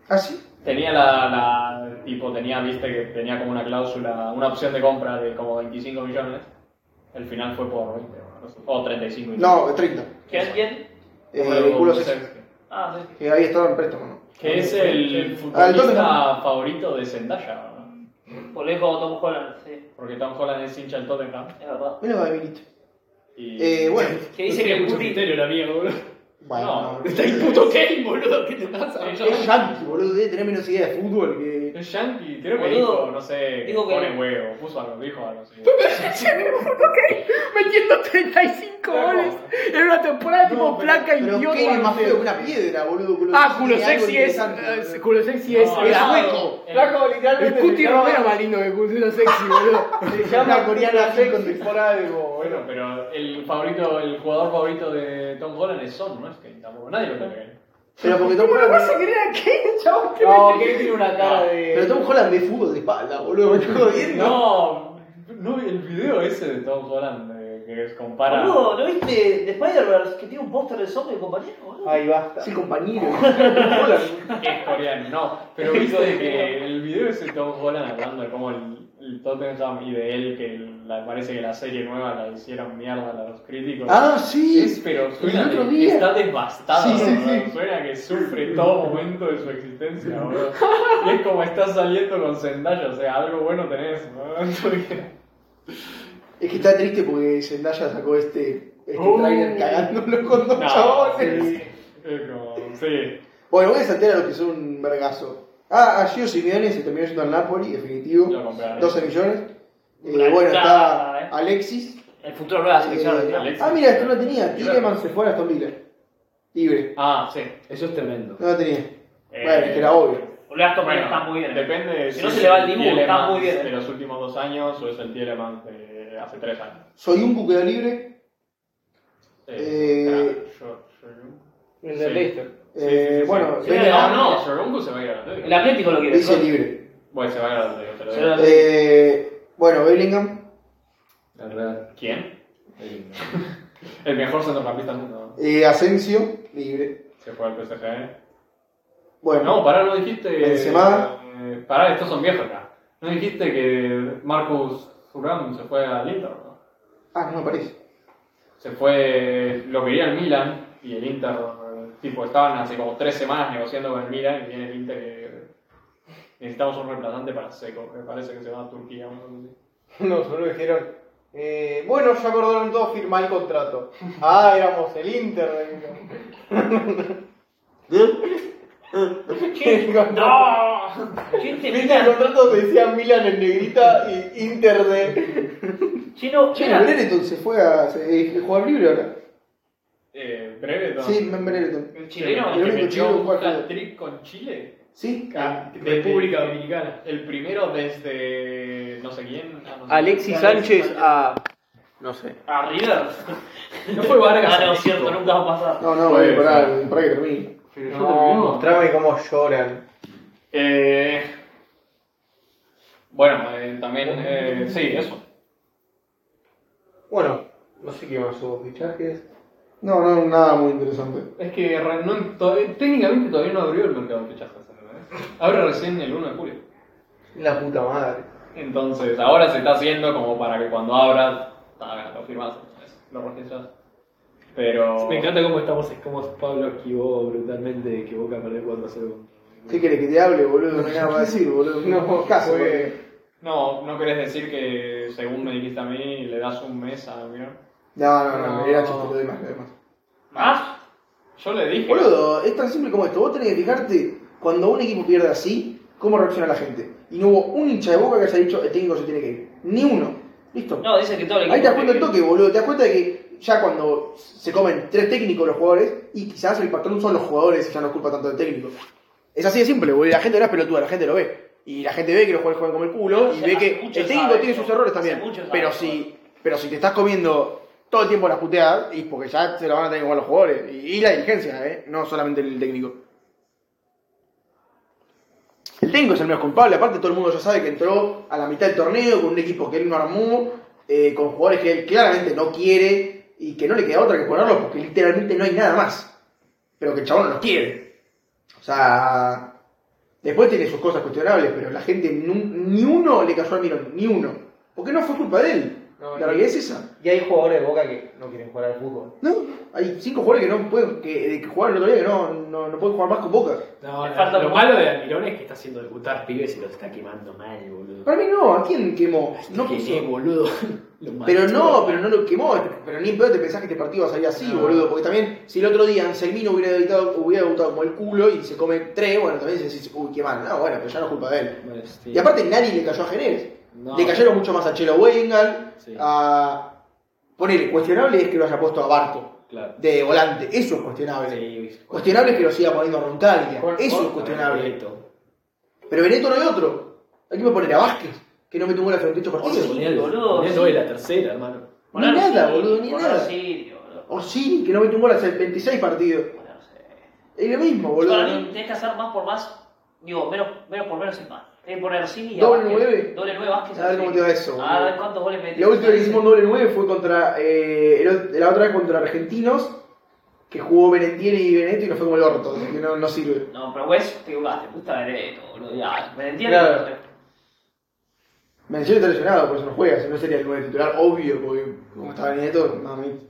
Speaker 4: Ah, sí.
Speaker 3: Tenía la, la- tipo, tenía, viste que tenía como una cláusula, una opción de compra de como 25 millones. El final fue por 20 o no sé, o 35 millones.
Speaker 4: No, 30.
Speaker 5: ¿Quién? ¿Quién?
Speaker 4: Eh, Kulusevski.
Speaker 5: Ah, sí.
Speaker 4: que había estado en préstamo, ¿no?
Speaker 3: Que es
Speaker 5: Ah,
Speaker 3: el futbolista favorito de Zendaya, ¿no?
Speaker 5: Por lejos Tom Holland, sí,
Speaker 3: Porque Tom Holland es hincha del Tottenham.
Speaker 5: es verdad.
Speaker 4: Menos va Milito.
Speaker 3: Y...
Speaker 4: Eh, bueno,
Speaker 5: Que dice que
Speaker 8: mucho
Speaker 5: Putin.
Speaker 8: criterio la mía, boludo.
Speaker 4: bueno.
Speaker 3: No.
Speaker 8: Está el puto Kane, boludo. ¿Qué te pasa?
Speaker 4: Es yankee, boludo, debe tener menos idea de fútbol que.
Speaker 3: Es yankee, creo que
Speaker 5: Boludo,
Speaker 3: dijo, no sé,
Speaker 5: dijo que-
Speaker 3: pone huevo, puso algo, dijo algo, sí.
Speaker 6: Metiendo 35 goles en una temporada tipo placa
Speaker 4: Pero
Speaker 6: idiota.
Speaker 4: Kane es más feo que una piedra, boludo. culo
Speaker 6: Ah,
Speaker 4: sexy,
Speaker 6: culo
Speaker 4: tiene algo
Speaker 6: sexy es.
Speaker 4: interesante,
Speaker 6: eh,
Speaker 4: boludo.
Speaker 6: Culo sexy es.
Speaker 3: No,
Speaker 6: es
Speaker 3: no,
Speaker 6: hueco.
Speaker 2: Flaco,
Speaker 6: El
Speaker 2: literalmente.
Speaker 6: Cuti
Speaker 2: se
Speaker 6: Romero
Speaker 2: llama-
Speaker 6: más lindo que culo sexy, boludo.
Speaker 2: Se llama
Speaker 4: Una coreana
Speaker 2: coreana
Speaker 4: así con
Speaker 2: sexy por algo,
Speaker 3: Bueno,
Speaker 2: bueno.
Speaker 3: pero el favorito, el jugador favorito de Tom Holland es Son, no es que tampoco nadie lo cree.
Speaker 4: Pero porque Tom
Speaker 6: ¿Cómo vas a
Speaker 4: Holland.
Speaker 6: creer a Kane, chabón? Te
Speaker 2: No,
Speaker 6: metes-
Speaker 2: que tiene una cara de.
Speaker 4: Pero Tom Holland ve fútbol de espalda, boludo, me estoy jodiendo.
Speaker 3: No, no el video ese de Tom Holland eh, que es compara.
Speaker 5: Boludo, ¿no viste de Spider-Verse que tiene un póster de zombie y compañía, boludo?
Speaker 2: Ahí basta.
Speaker 4: Es el compañero. Tom Holland.
Speaker 3: Es coreano, no. Pero viste que el video ese de Tom Holland hablando de cómo el, el Tottenham y de él, que la- parece que la serie nueva la hicieron mierda a los críticos.
Speaker 4: Ah, sí.
Speaker 3: Es, pero suena
Speaker 4: El otro
Speaker 3: de-
Speaker 4: día.
Speaker 3: está devastado,
Speaker 4: Sí, sí,
Speaker 3: boludo.
Speaker 4: sí.
Speaker 3: suena que sufre todo momento de su existencia, boludo. Y es como está saliendo con Zendaya, o sea, algo bueno tenés, boludo. Porque-
Speaker 4: Es que está triste porque Zendaya sacó este, este
Speaker 3: Uh.
Speaker 4: trailer cagándolo con dos
Speaker 3: No,
Speaker 4: chabones.
Speaker 3: sí, es como, sí.
Speaker 4: Bueno, voy a saltar a los que son un vergazo. Ah, a Gio Simeone se terminó yendo al Napoli, definitivo.
Speaker 3: Lo compraron.
Speaker 4: 12 millones. Eh,
Speaker 5: Una
Speaker 4: bueno,
Speaker 5: guitarra, eh.
Speaker 4: está Alexis.
Speaker 5: El futuro de la selección
Speaker 4: Eh,
Speaker 5: argentina.
Speaker 3: Alexis.
Speaker 4: ah, mira, esto no tenía. Tilleman se fue a Aston Villa. Libre.
Speaker 3: Ah, sí.
Speaker 8: Eso es tremendo.
Speaker 4: No lo tenía.
Speaker 3: Eh,
Speaker 4: Bueno, es que era obvio.
Speaker 5: Boludo, Aston Villa
Speaker 3: Bueno,
Speaker 5: está muy bien. eh.
Speaker 3: Depende de
Speaker 5: Si no se le va el dibujo, está
Speaker 3: Tielemans
Speaker 5: muy bien. ¿eh?
Speaker 3: de los últimos dos años o es el Tielemans de hace tres años.
Speaker 4: Soy un buqueo libre. Eh,
Speaker 3: espera, yo- yo-
Speaker 2: El
Speaker 3: Sí.
Speaker 2: de Leicester.
Speaker 4: Eh,
Speaker 3: Sí, sí, sí.
Speaker 4: bueno,
Speaker 3: Sí,
Speaker 4: Bellingham
Speaker 3: no, no, Sorungu se va a ir a la
Speaker 5: El Atlético lo quiere.
Speaker 4: dice
Speaker 5: ¿no?
Speaker 4: libre.
Speaker 3: Bueno, se va a ir a la Atlético, te lo
Speaker 5: Se
Speaker 3: digo.
Speaker 5: va
Speaker 4: Eh, bueno, Bellingham.
Speaker 8: La verdad.
Speaker 3: ¿Quién? El mejor centrocampista del mundo.
Speaker 4: Eh, Asensio, libre.
Speaker 3: Se fue al PSG.
Speaker 4: Bueno,
Speaker 3: ¿eh? No, pará, no dijiste.
Speaker 4: Benzema.
Speaker 3: eh, pará, estos son viejos acá. No dijiste que Marcus Thuram se fue al Inter, ¿no?
Speaker 4: ah, no me parece.
Speaker 3: Se fue. Lo quería el Milan y el Inter, eh, tipo, estaban hace como tres semanas negociando con el Milan y viene el Inter que. Necesitamos un reemplazante para Seco, me parece que se va a Turquía. una cosa así.
Speaker 2: No, solo dijeron. Eh, bueno, ya acordaron todos firmar el contrato. Ah, éramos el Inter.
Speaker 5: ¿Quién? ¡No! ¿Quién te
Speaker 2: Viste el
Speaker 5: mira?
Speaker 2: contrato donde decía Milan en negrita y Inter de.
Speaker 5: Chino,
Speaker 4: Che,
Speaker 5: mira,
Speaker 4: Brereton se fue a se- eh, jugar libre ahora.
Speaker 3: Eh, breve, ¿no?
Speaker 4: Sí, Brereton.
Speaker 5: el
Speaker 3: Chileno,
Speaker 4: El
Speaker 5: chileno.
Speaker 3: que
Speaker 4: único
Speaker 3: metió
Speaker 4: chileno que
Speaker 3: un
Speaker 4: juega al
Speaker 3: hat-trick con Chile.
Speaker 4: Sí.
Speaker 3: Ah, de-
Speaker 8: República Dominicana.
Speaker 3: El primero desde no sé quién. ah, no sé.
Speaker 4: a. No sé.
Speaker 5: A River.
Speaker 8: No fue Vargas.
Speaker 5: Ah, no,
Speaker 8: México.
Speaker 5: es cierto, nunca va a
Speaker 3: Ah.
Speaker 5: pasar.
Speaker 4: No, no,
Speaker 3: Puede
Speaker 4: pará,
Speaker 3: ser.
Speaker 4: pará que termine.
Speaker 2: No, mostrame cómo lloran.
Speaker 3: Eh, bueno, eh, también eh, sí, eso.
Speaker 2: Bueno, no sé qué más hubo fichajes.
Speaker 4: No, no, nada muy interesante.
Speaker 3: Es que re- no- todavía- técnicamente todavía no abrió el mercado de fichajes. ¿entendés? Abre recién el 1 de julio.
Speaker 2: La puta madre.
Speaker 3: Entonces, ahora se está haciendo como para que cuando abra, ah, lo firmas, ¿entendés? lo registras. Pero.
Speaker 8: Me encanta cómo estamos, es como Pablo esquivó brutalmente de que Boca perdió 4 a 0.
Speaker 4: ¿Qué querés que te hable, boludo? No hay nada para decir, boludo. No, caso, boludo.
Speaker 2: Fue.
Speaker 3: No, no querés decir que, según me dijiste a mí, le das un mes a Almirón.
Speaker 4: No, no, no,
Speaker 3: No.
Speaker 4: era chiste lo demás, lo demás.
Speaker 5: ¿Más?
Speaker 3: Yo le dije.
Speaker 4: Boludo, es tan simple como esto. Vos tenés que fijarte, cuando un equipo pierde así, cómo reacciona la gente. Y no hubo un hincha de boca que haya dicho, el técnico se tiene que ir. Ni uno. Listo.
Speaker 5: No, dice que todo el equipo.
Speaker 4: Ahí te das cuenta el
Speaker 5: que-
Speaker 4: toque, boludo. Te das cuenta de que ya cuando se comen tres técnicos los jugadores, y quizás el patrón son los jugadores y ya no es culpa tanto del técnico. Es así de simple, boludo. La gente no es pelotuda, la gente lo ve. Y la gente ve que los jugadores juegan como el culo, y
Speaker 5: Hace-
Speaker 4: ve
Speaker 5: hace
Speaker 4: que
Speaker 5: mucho
Speaker 4: el técnico
Speaker 5: sabe
Speaker 4: tiene
Speaker 5: eso.
Speaker 4: sus errores
Speaker 5: Hace
Speaker 4: también.
Speaker 5: mucho sabe
Speaker 4: Pero
Speaker 5: eso.
Speaker 4: si, pero si te estás comiendo todo el tiempo las puteadas, y porque ya se lo van a tener que jugar los jugadores. Y, y la dirigencia, ¿eh? No solamente el técnico. El técnico es el menos culpable, aparte todo el mundo ya sabe que entró a la mitad del torneo con un equipo que él no armó, eh, con jugadores que él claramente no quiere y que no le queda otra que ponerlos porque literalmente no hay nada más. Pero que el chabón no los quiere. O sea, después tiene sus cosas cuestionables, pero la gente, nu- ni uno le cayó al mirón, ni uno. Porque no fue culpa de él.
Speaker 2: No,
Speaker 4: la
Speaker 2: no.
Speaker 4: realidad es esa.
Speaker 2: Y hay jugadores de Boca que no quieren jugar al fútbol.
Speaker 4: No, Hay cinco jugadores que no pueden, que, que jugaron el otro día que no, no, no pueden jugar más con Boca.
Speaker 8: No,
Speaker 5: Le
Speaker 8: no,
Speaker 5: falta
Speaker 8: lo
Speaker 5: un-
Speaker 8: malo de Almirón es que está haciendo debutar pibes y los está quemando mal, boludo.
Speaker 4: Para mí no, ¿a quién quemó? No,
Speaker 8: Que sí, boludo. Lo mató.
Speaker 4: pero no, pero no lo quemó, pero ni en pedo te pensás que este partido va a salir así, boludo, porque también si el otro día Anselmino hubiera debutado, hubiera debutado como el culo y se come tres, bueno, también se dice, uy, qué mal, no, bueno, pero ya no es culpa de él.
Speaker 8: Bueno, sí.
Speaker 4: Y aparte nadie le cayó a Jerez,
Speaker 8: No.
Speaker 4: le cayeron mucho más a Chelo Wengal,
Speaker 8: Sí.
Speaker 4: a... Ponele, cuestionable es que lo haya puesto a Barco
Speaker 8: Claro.
Speaker 4: de volante, eso es cuestionable.
Speaker 8: Sí,
Speaker 4: Cuestionable es que lo siga poniendo a Roncaglia, eso es cuestionable. Pero Benetto no hay otro. Hay que poner a Vázquez, que no me tuvo la frente estos partidos.
Speaker 8: Ponía el-
Speaker 5: boludo,
Speaker 8: ponía
Speaker 5: sí.
Speaker 8: no, es la tercera, hermano.
Speaker 4: Ni nada, boludo, ni nada.
Speaker 5: Sí, boludo.
Speaker 4: Orsini, Oh, que no metió un gol hace 26 partidos.
Speaker 5: Bueno, no sé.
Speaker 4: Es lo mismo, boludo.
Speaker 5: Para mí tenés que hacer más por más, digo, menos, menos por menos es más. Tenés que poner Cini y a
Speaker 4: Doble
Speaker 5: Vázquez.
Speaker 4: nueve.
Speaker 5: Doble nueve Vázquez.
Speaker 4: A ver cómo te va eso,
Speaker 5: A ver
Speaker 4: boludo.
Speaker 5: cuántos goles metes.
Speaker 4: La última que hicimos doble 9 fue contra. eh, el- la otra vez contra Argentinos, que jugó Benetieri y Benetto y nos fue como el orto, que no, no sirve.
Speaker 5: No, pero Wes, te equivocaste, gusta Benedetto, boludo. Ya, ¿me entiendes?
Speaker 4: Claro. Mención está lesionado, por eso no juega, si no sería el 9 titular, obvio, porque como estaba Benedetto, mami.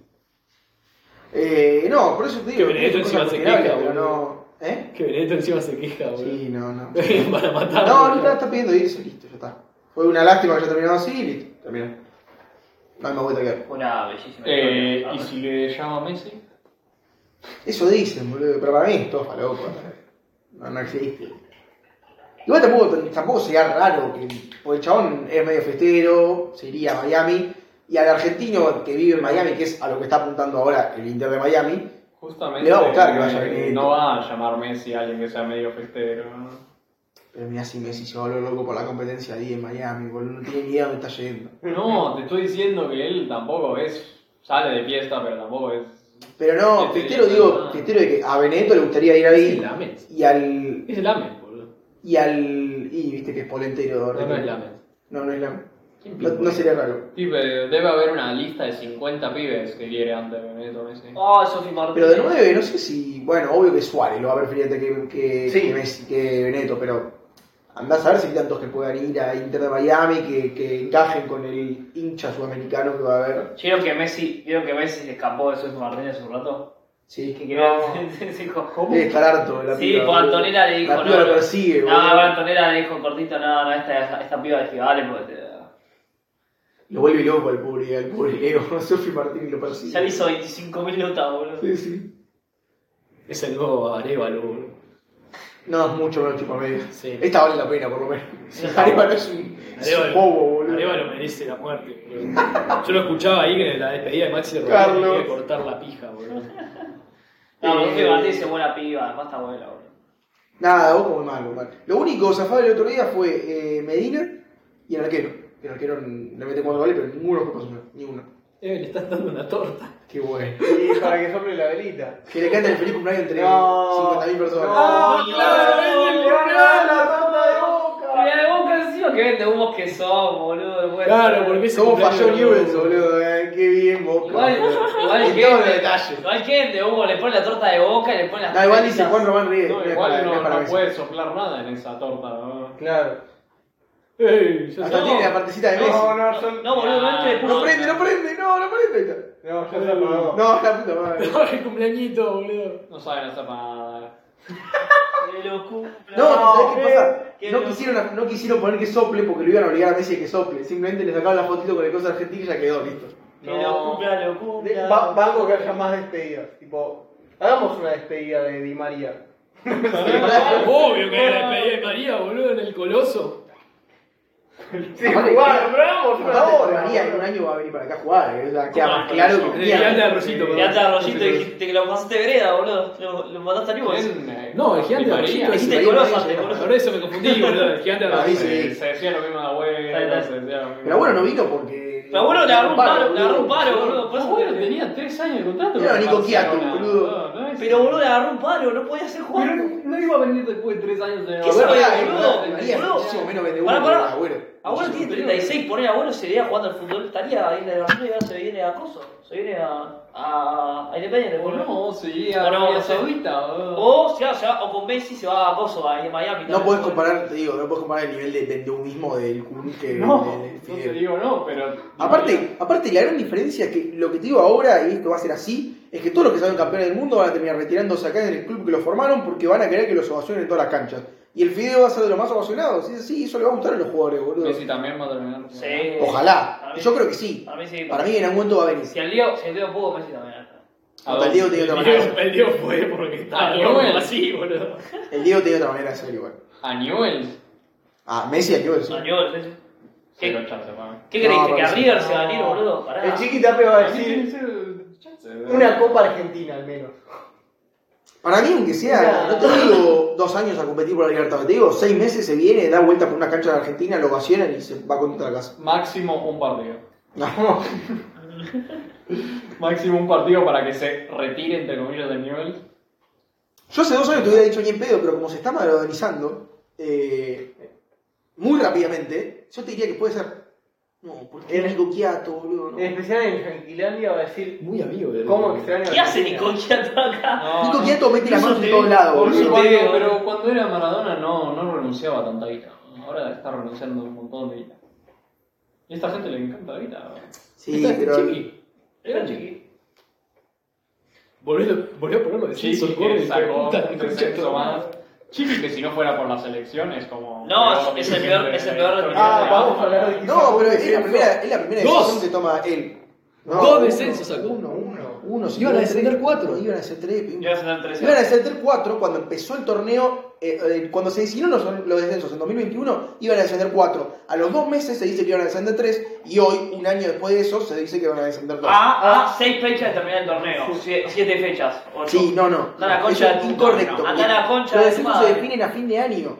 Speaker 4: Eh, no, por eso te digo.
Speaker 8: Benedetto
Speaker 4: son cosas
Speaker 8: encima se
Speaker 4: cuestionables,
Speaker 8: queja,
Speaker 4: pero
Speaker 8: boludo.
Speaker 4: no. ¿Eh?
Speaker 8: Que Benedetto encima se queja, boludo.
Speaker 4: Sí, no, no.
Speaker 8: Para matar.
Speaker 4: No,
Speaker 8: Ah, boludo.
Speaker 4: ahorita está pidiendo irse, listo, ya está. Fue una lástima que haya terminado así y listo, terminó. No hay más vuelta que dar.
Speaker 5: Fue una bellísima
Speaker 3: Eh,
Speaker 5: historia.
Speaker 3: ¿Y si le llama Messi?
Speaker 4: Eso dicen, boludo, pero para mí es todo falopa. No, no existe. Igual tampoco, tampoco sería raro, que, porque el chabón es medio festero, se iría a Miami, y al argentino que vive en Miami, que es a lo que está apuntando ahora el Inter de Miami,
Speaker 3: Justamente.
Speaker 4: Le va a gustar que vaya
Speaker 3: eh,
Speaker 4: Benedetto.
Speaker 3: No va a llamar Messi a alguien que sea medio festero. ¿no?
Speaker 4: pero mira si Messi se va a volver loco por la competencia ahí en Miami, boludo, no tiene ni idea de dónde está yendo.
Speaker 3: No, te estoy diciendo que él tampoco es. Sale de fiesta, pero tampoco es.
Speaker 4: Pero no, festero digo, festero de que a Benedetto le gustaría ir
Speaker 8: Este Es
Speaker 4: ahí,
Speaker 8: el Lamen.
Speaker 4: y al
Speaker 8: Es el Lamen, boludo.
Speaker 4: Y al. Y viste que es polentero.
Speaker 8: No, no es Lamen.
Speaker 4: No, no es la.
Speaker 3: ¿Quién
Speaker 4: No,
Speaker 3: pinta?
Speaker 4: no sería raro.
Speaker 3: Sí, pero debe haber una lista de 50 pibes que quiere antes de Benedetto Messi.
Speaker 5: Oh, Sofi Martínez.
Speaker 4: Pero de 9, no sé si. Bueno, obvio que Suárez lo va a preferir antes que, que,
Speaker 2: Sí.
Speaker 4: que Messi, que Benetto, pero. Andás a ver si hay tantos que puedan ir a Inter de Miami que, que encajen con el hincha sudamericano que va a haber.
Speaker 5: ¿Vieron que Messi, vieron que Messi se escapó de Sofi Martínez un rato?
Speaker 4: Sí.
Speaker 5: Que quedó. dijo, ¿cómo?
Speaker 4: Debe estar harto de la
Speaker 5: Sí,
Speaker 4: piba,
Speaker 5: por
Speaker 4: boludo.
Speaker 5: Antonella le dijo,
Speaker 4: La
Speaker 5: no,
Speaker 4: piba lo
Speaker 5: no.
Speaker 4: persigue,
Speaker 5: No,
Speaker 4: boludo.
Speaker 5: ahora Antonella le dijo cortito, no, no, esta, esta, esta piba le dije, dale, porque te...
Speaker 4: Lo vuelve loco al pobre, al pobre Leo. Sofi Martínez lo persigue.
Speaker 5: Ya le hizo 25.000 notas, boludo.
Speaker 4: Sí, sí.
Speaker 8: Es el nuevo Arevalo, boludo.
Speaker 4: No, es mucho menos tipo medio.
Speaker 8: Sí.
Speaker 4: Esta vale la pena, por lo menos.
Speaker 5: Sí.
Speaker 4: Arevalo es un, es un
Speaker 8: Arevalo.
Speaker 4: bobo, boludo.
Speaker 8: Arevalo merece la muerte, boludo. Yo lo escuchaba ahí que en la despedida de Maxi le
Speaker 4: Carlos.
Speaker 8: quiere cortar la pija, boludo.
Speaker 5: No, porque
Speaker 4: Eh,
Speaker 5: Sofi Martínez es buena piba, además está buena, boludo.
Speaker 4: Nada, vos como mal, vos mal. Lo único zafado del otro día fue eh, Medina y el arquero. El arquero mm, le mete cuatro goles, pero ninguno fue uno, ni uno.
Speaker 8: Eh, le estás dando una torta.
Speaker 4: Qué bueno.
Speaker 2: Y para que sople la velita.
Speaker 4: Que le canta el feliz cumpleaños entre
Speaker 2: No.
Speaker 4: 50.000 personas.
Speaker 2: No,
Speaker 5: claramente,
Speaker 2: la tapa de boca!
Speaker 5: Mira, de boca encima que vende humos que son, boludo. bueno.
Speaker 8: Claro, porque es el
Speaker 4: ¿Cómo
Speaker 8: cumpleaños
Speaker 4: falló
Speaker 8: de Boca.
Speaker 4: Newell's, boludo? eh, Qué bien, Boca.
Speaker 5: Igual,
Speaker 4: boludo. En
Speaker 5: igual
Speaker 4: todos
Speaker 5: el Kende,
Speaker 4: los detalles.
Speaker 5: Igual el Kende, Hugo, le pone la torta de boca y le pone las
Speaker 4: No, igual dice
Speaker 5: tortitas.
Speaker 4: Juan Román Ríos.
Speaker 3: No,
Speaker 4: es
Speaker 3: igual
Speaker 4: para-
Speaker 3: no,
Speaker 4: es para
Speaker 3: no
Speaker 4: Messi.
Speaker 3: puede soplar nada en esa torta. ¿no?
Speaker 2: Claro.
Speaker 8: Ey, ya
Speaker 4: Hasta
Speaker 8: está.
Speaker 4: tiene la partecita de Messi.
Speaker 2: No,
Speaker 4: No,
Speaker 2: no, son.
Speaker 5: No, boludo, no es que le
Speaker 4: prende, no prende, no, no prende. ahí está.
Speaker 2: No, ya se apagó.
Speaker 4: No, la puta madre.
Speaker 8: No, el cumpleañito, boludo.
Speaker 3: No saben hacer para nada.
Speaker 5: Que lo cumpla.
Speaker 4: No, ¿sabés qué
Speaker 5: eh,
Speaker 4: pasa?
Speaker 5: que
Speaker 4: No
Speaker 5: lo-
Speaker 4: quisieron, no quisieron poner que sople porque lo iban a obligar a Messi a que sople. Simplemente le sacaban la fotito con el cosa argentina y ya quedó listo.
Speaker 5: Que lo cumpla, lo
Speaker 2: De-
Speaker 5: cumpla.
Speaker 2: va- Banco que haya más despedidas. Tipo, hagamos una despedida de Di María.
Speaker 8: Obvio que era la despedida de María, boludo, en el coloso.
Speaker 2: Sí,
Speaker 4: Aparte,
Speaker 2: jugar,
Speaker 4: que-
Speaker 2: bravo, una
Speaker 4: Aparte,
Speaker 2: hora,
Speaker 4: María en
Speaker 2: boludo.
Speaker 4: un año va a venir para acá a jugar. eh, o sea, queda
Speaker 5: No,
Speaker 4: más
Speaker 5: no,
Speaker 4: claro
Speaker 5: no,
Speaker 4: que
Speaker 8: Le
Speaker 4: un
Speaker 8: anda Rosito,
Speaker 5: Ya
Speaker 8: perdón.
Speaker 5: está, Rollito, dijiste que lo pasaste vereda, boludo. Lo, lo mandaste a Newell's.
Speaker 3: ¿Quién, eh,
Speaker 8: No, el gigante
Speaker 3: Di
Speaker 8: de
Speaker 3: María?
Speaker 8: Rosito es
Speaker 5: Dijiste
Speaker 4: María,
Speaker 5: coloso,
Speaker 4: María,
Speaker 5: te
Speaker 4: María.
Speaker 5: coloso.
Speaker 8: Por eso me confundí, boludo. El gigante de
Speaker 4: Ah, sí,
Speaker 8: Rosito.
Speaker 4: sí.
Speaker 3: Se decía lo mismo de
Speaker 5: Ahí
Speaker 3: abuelo,
Speaker 5: está.
Speaker 3: se decía lo mismo.
Speaker 4: Pero bueno, no vino porque.
Speaker 5: Mi abuelo le agarró un paro, le agarró un paro, boludo. Por
Speaker 3: Pues
Speaker 5: eso
Speaker 3: bueno,
Speaker 5: que-
Speaker 3: tenía 3 años de contrato.
Speaker 4: Era
Speaker 3: con
Speaker 4: Nico
Speaker 3: Barcelona,
Speaker 4: Quiato, boludo.
Speaker 3: ¿no?
Speaker 5: Pero boludo, le agarró un paro, no podía hacer
Speaker 3: Pero
Speaker 5: jugar.
Speaker 3: no iba a venir después de 3 años de
Speaker 5: ¿Qué
Speaker 4: Agüero
Speaker 5: sabe,
Speaker 4: era-
Speaker 5: boludo?
Speaker 4: eh, María es
Speaker 5: Boludo.
Speaker 4: muchísimo menos vende
Speaker 5: Pará,
Speaker 4: uno que
Speaker 5: pará.
Speaker 4: Agüero.
Speaker 5: Abuelo tiene 36, poner abuelo se veía jugando al fútbol, estaría ahí en la Brasil y ahora se viene a Coso, se viene a, a, a Independiente. boludo.
Speaker 7: No, sí, a
Speaker 5: No, no,
Speaker 7: Arabia
Speaker 5: no sé.
Speaker 7: Saudita. boludo.
Speaker 5: O, se va- se va- o con Messi se va a Coso, ahí en Miami.
Speaker 4: No
Speaker 5: también.
Speaker 4: puedes comparar, te digo, no puedes comparar el nivel de, de, de humismo del Kun que
Speaker 3: No,
Speaker 4: del- del
Speaker 3: no
Speaker 4: Fidel.
Speaker 3: te digo no, pero.
Speaker 4: Aparte, aparte, la gran diferencia es que lo que te digo ahora, y esto va a ser así, es que todos los que salen campeones del mundo van a terminar retirándose acá en el club que los formaron porque van a querer que los ovacionen en todas las canchas. Y el Fideo va a ser de los más ovacionados. Sí, sí, eso le va a gustar a los jugadores, boludo.
Speaker 7: Messi también va a terminar.
Speaker 5: Sí.
Speaker 4: Ojalá.
Speaker 5: Para mí-
Speaker 4: Yo creo que sí.
Speaker 5: Para mí sí.
Speaker 4: Para mí en algún momento va a venir.
Speaker 5: Si al Diego, si al Diego pudo, Messi también.
Speaker 4: Hasta el Diego tenía otra manera.
Speaker 8: El Diego fue porque
Speaker 7: Ah,
Speaker 8: estaba
Speaker 7: no,
Speaker 8: loco
Speaker 7: bueno.
Speaker 8: así, boludo.
Speaker 4: El Diego tenía otra manera de ser igual.
Speaker 7: A Newell's.
Speaker 4: Ah, Messi aquí voy
Speaker 5: Al Diego, sí, sí.
Speaker 7: Cero
Speaker 5: ¿Qué,
Speaker 7: chance para mí.
Speaker 5: ¿Qué crees?
Speaker 4: No,
Speaker 5: ¿Que
Speaker 4: para
Speaker 5: a
Speaker 4: mí sí.
Speaker 5: River se va a ir, boludo? Pará.
Speaker 2: El chiqui Tape va a
Speaker 7: Sí,
Speaker 2: decir
Speaker 7: cero chance.
Speaker 2: una Copa Argentina al menos.
Speaker 4: Para mí, aunque sea, no te digo dos años a competir por la Libertadores, te digo seis meses se viene, da vuelta por una cancha de Argentina, lo vacionan y se va contento a la casa.
Speaker 7: Máximo un partido.
Speaker 4: No,
Speaker 7: Máximo un partido para que se retire, entre comillas, de Newell's.
Speaker 4: Yo hace dos años te hubiera dicho ni en pedo, pero como se está modernizando, eh, muy rápidamente, yo te diría que puede ser. No,
Speaker 8: Eh,
Speaker 4: porque es Nico Quiato, boludo. no.
Speaker 2: En especial en Tranquilandia va a decir
Speaker 8: Muy amigo del
Speaker 2: cómo extraño. a
Speaker 5: ¿Qué hace
Speaker 2: Argentina.
Speaker 5: Nico Quiato acá?
Speaker 7: No,
Speaker 4: Nico
Speaker 7: no.
Speaker 4: Quiato mete las
Speaker 5: Eso
Speaker 4: manos
Speaker 5: te
Speaker 4: en todos
Speaker 5: digo,
Speaker 4: lados,
Speaker 5: por
Speaker 4: boludo.
Speaker 5: eso-
Speaker 7: Cuando-
Speaker 5: Diego,
Speaker 7: pero cuando era Maradona no, no renunciaba a tanta guita. Ahora está renunciando a un montón de guita. Y a esta gente le encanta la guita.
Speaker 4: Sí, pero.
Speaker 5: Era chiqui.
Speaker 8: Volvió, volvió a ponerlo de
Speaker 7: Chiqui
Speaker 8: censo, el gordo,
Speaker 7: que
Speaker 8: hijo de
Speaker 7: sacó
Speaker 8: puta,
Speaker 7: un
Speaker 8: la concha de
Speaker 7: descenso
Speaker 8: tu
Speaker 7: más.
Speaker 8: madre.
Speaker 7: Chiqui que si no fuera por las elecciones como...
Speaker 5: No,
Speaker 7: peor
Speaker 5: es- es el
Speaker 7: dirigente
Speaker 5: peor- es el
Speaker 7: de
Speaker 5: peor
Speaker 7: la historia.
Speaker 2: Ah, vamos a hablar de Quiato.
Speaker 4: No, pero es la primera, es la primera
Speaker 8: Dos.
Speaker 4: decisión que toma él.
Speaker 8: Dos
Speaker 4: uno,
Speaker 8: descensos sacó.
Speaker 4: Uno, uno. Uno, sí,
Speaker 8: Iban a
Speaker 4: iban
Speaker 8: descender
Speaker 4: tres,
Speaker 8: cuatro.
Speaker 4: Iban a descender tres. pim,
Speaker 5: Ya se dan tres.
Speaker 4: Iban a descender 4 cuando empezó el torneo, eh, eh, cuando se decidieron los, los descensos en 2021, iban a descender 4. A los dos meses se dice que iban a descender 3 y hoy, un año después de eso, se dice que van a descender 2.
Speaker 5: A, a seis fechas de terminar el torneo. Sie- Siete fechas. Ocho.
Speaker 4: sí, no, no.
Speaker 5: Anda a la
Speaker 4: Eso
Speaker 5: concha de
Speaker 4: es
Speaker 5: tu
Speaker 4: incorrecto.
Speaker 5: madre, anda a la concha
Speaker 4: los
Speaker 5: de tu
Speaker 4: descensos se
Speaker 5: madre.
Speaker 4: definen a fin de año.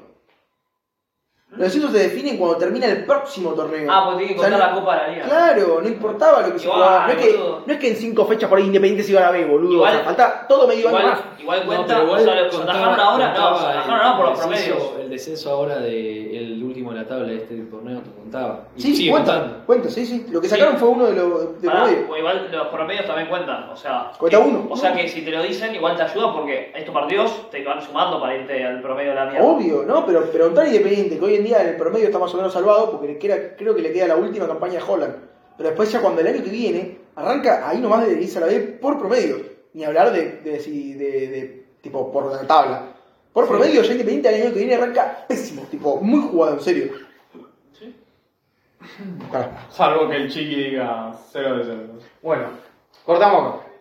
Speaker 4: Los descensos se definen cuando termina el próximo torneo.
Speaker 5: Ah, porque tiene que
Speaker 4: O sea,
Speaker 5: contar
Speaker 4: no-
Speaker 5: la Copa de la Liga.
Speaker 4: Claro, no importaba lo que se
Speaker 5: Igual,
Speaker 4: jugaba. No es que,
Speaker 5: boludo.
Speaker 4: no es que en 5 fechas por ahí Independiente se iban a ver, boludo.
Speaker 5: Igual-
Speaker 4: O sea, falta todo medio año más.
Speaker 5: Igual, igual cuenta,
Speaker 8: pero
Speaker 5: o
Speaker 8: igual
Speaker 5: sea, lo- se
Speaker 8: contaba-
Speaker 5: atajaron ahora, no, se
Speaker 8: contaba
Speaker 5: atajaron ahora por los
Speaker 8: el descenso-
Speaker 5: promedios.
Speaker 8: El descenso ahora del último de la tabla de este torneo te contaba. Y
Speaker 4: Sí,
Speaker 8: sigue
Speaker 4: cuentan,
Speaker 8: contando.
Speaker 4: cuentan, sí, sí. Lo que
Speaker 5: Sí.
Speaker 4: sacaron fue uno de los de
Speaker 5: Pará,
Speaker 4: promedio.
Speaker 5: o igual los promedios también cuentan, o sea.
Speaker 4: Cuenta
Speaker 5: que-
Speaker 4: uno.
Speaker 5: O sea que si te lo dicen, igual te ayuda porque estos partidos te van sumando para irte al promedio de la mierda.
Speaker 4: Obvio, ¿no? Pero, pero un tal Independiente, que hoy en día en el promedio está más o menos salvado, porque le queda- creo que le queda la última campaña a Holland. Pero después ya cuando el año que viene, arranca ahí nomás de irse a la B por promedio. Ni hablar de, de, si- de- de- tipo, por la tabla. Por promedio, ya Independiente el año que viene arranca pésimo, tipo, muy jugado, en serio. Pará.
Speaker 3: Salvo que el chiqui diga cero descensos.
Speaker 7: Bueno, cortamos acá.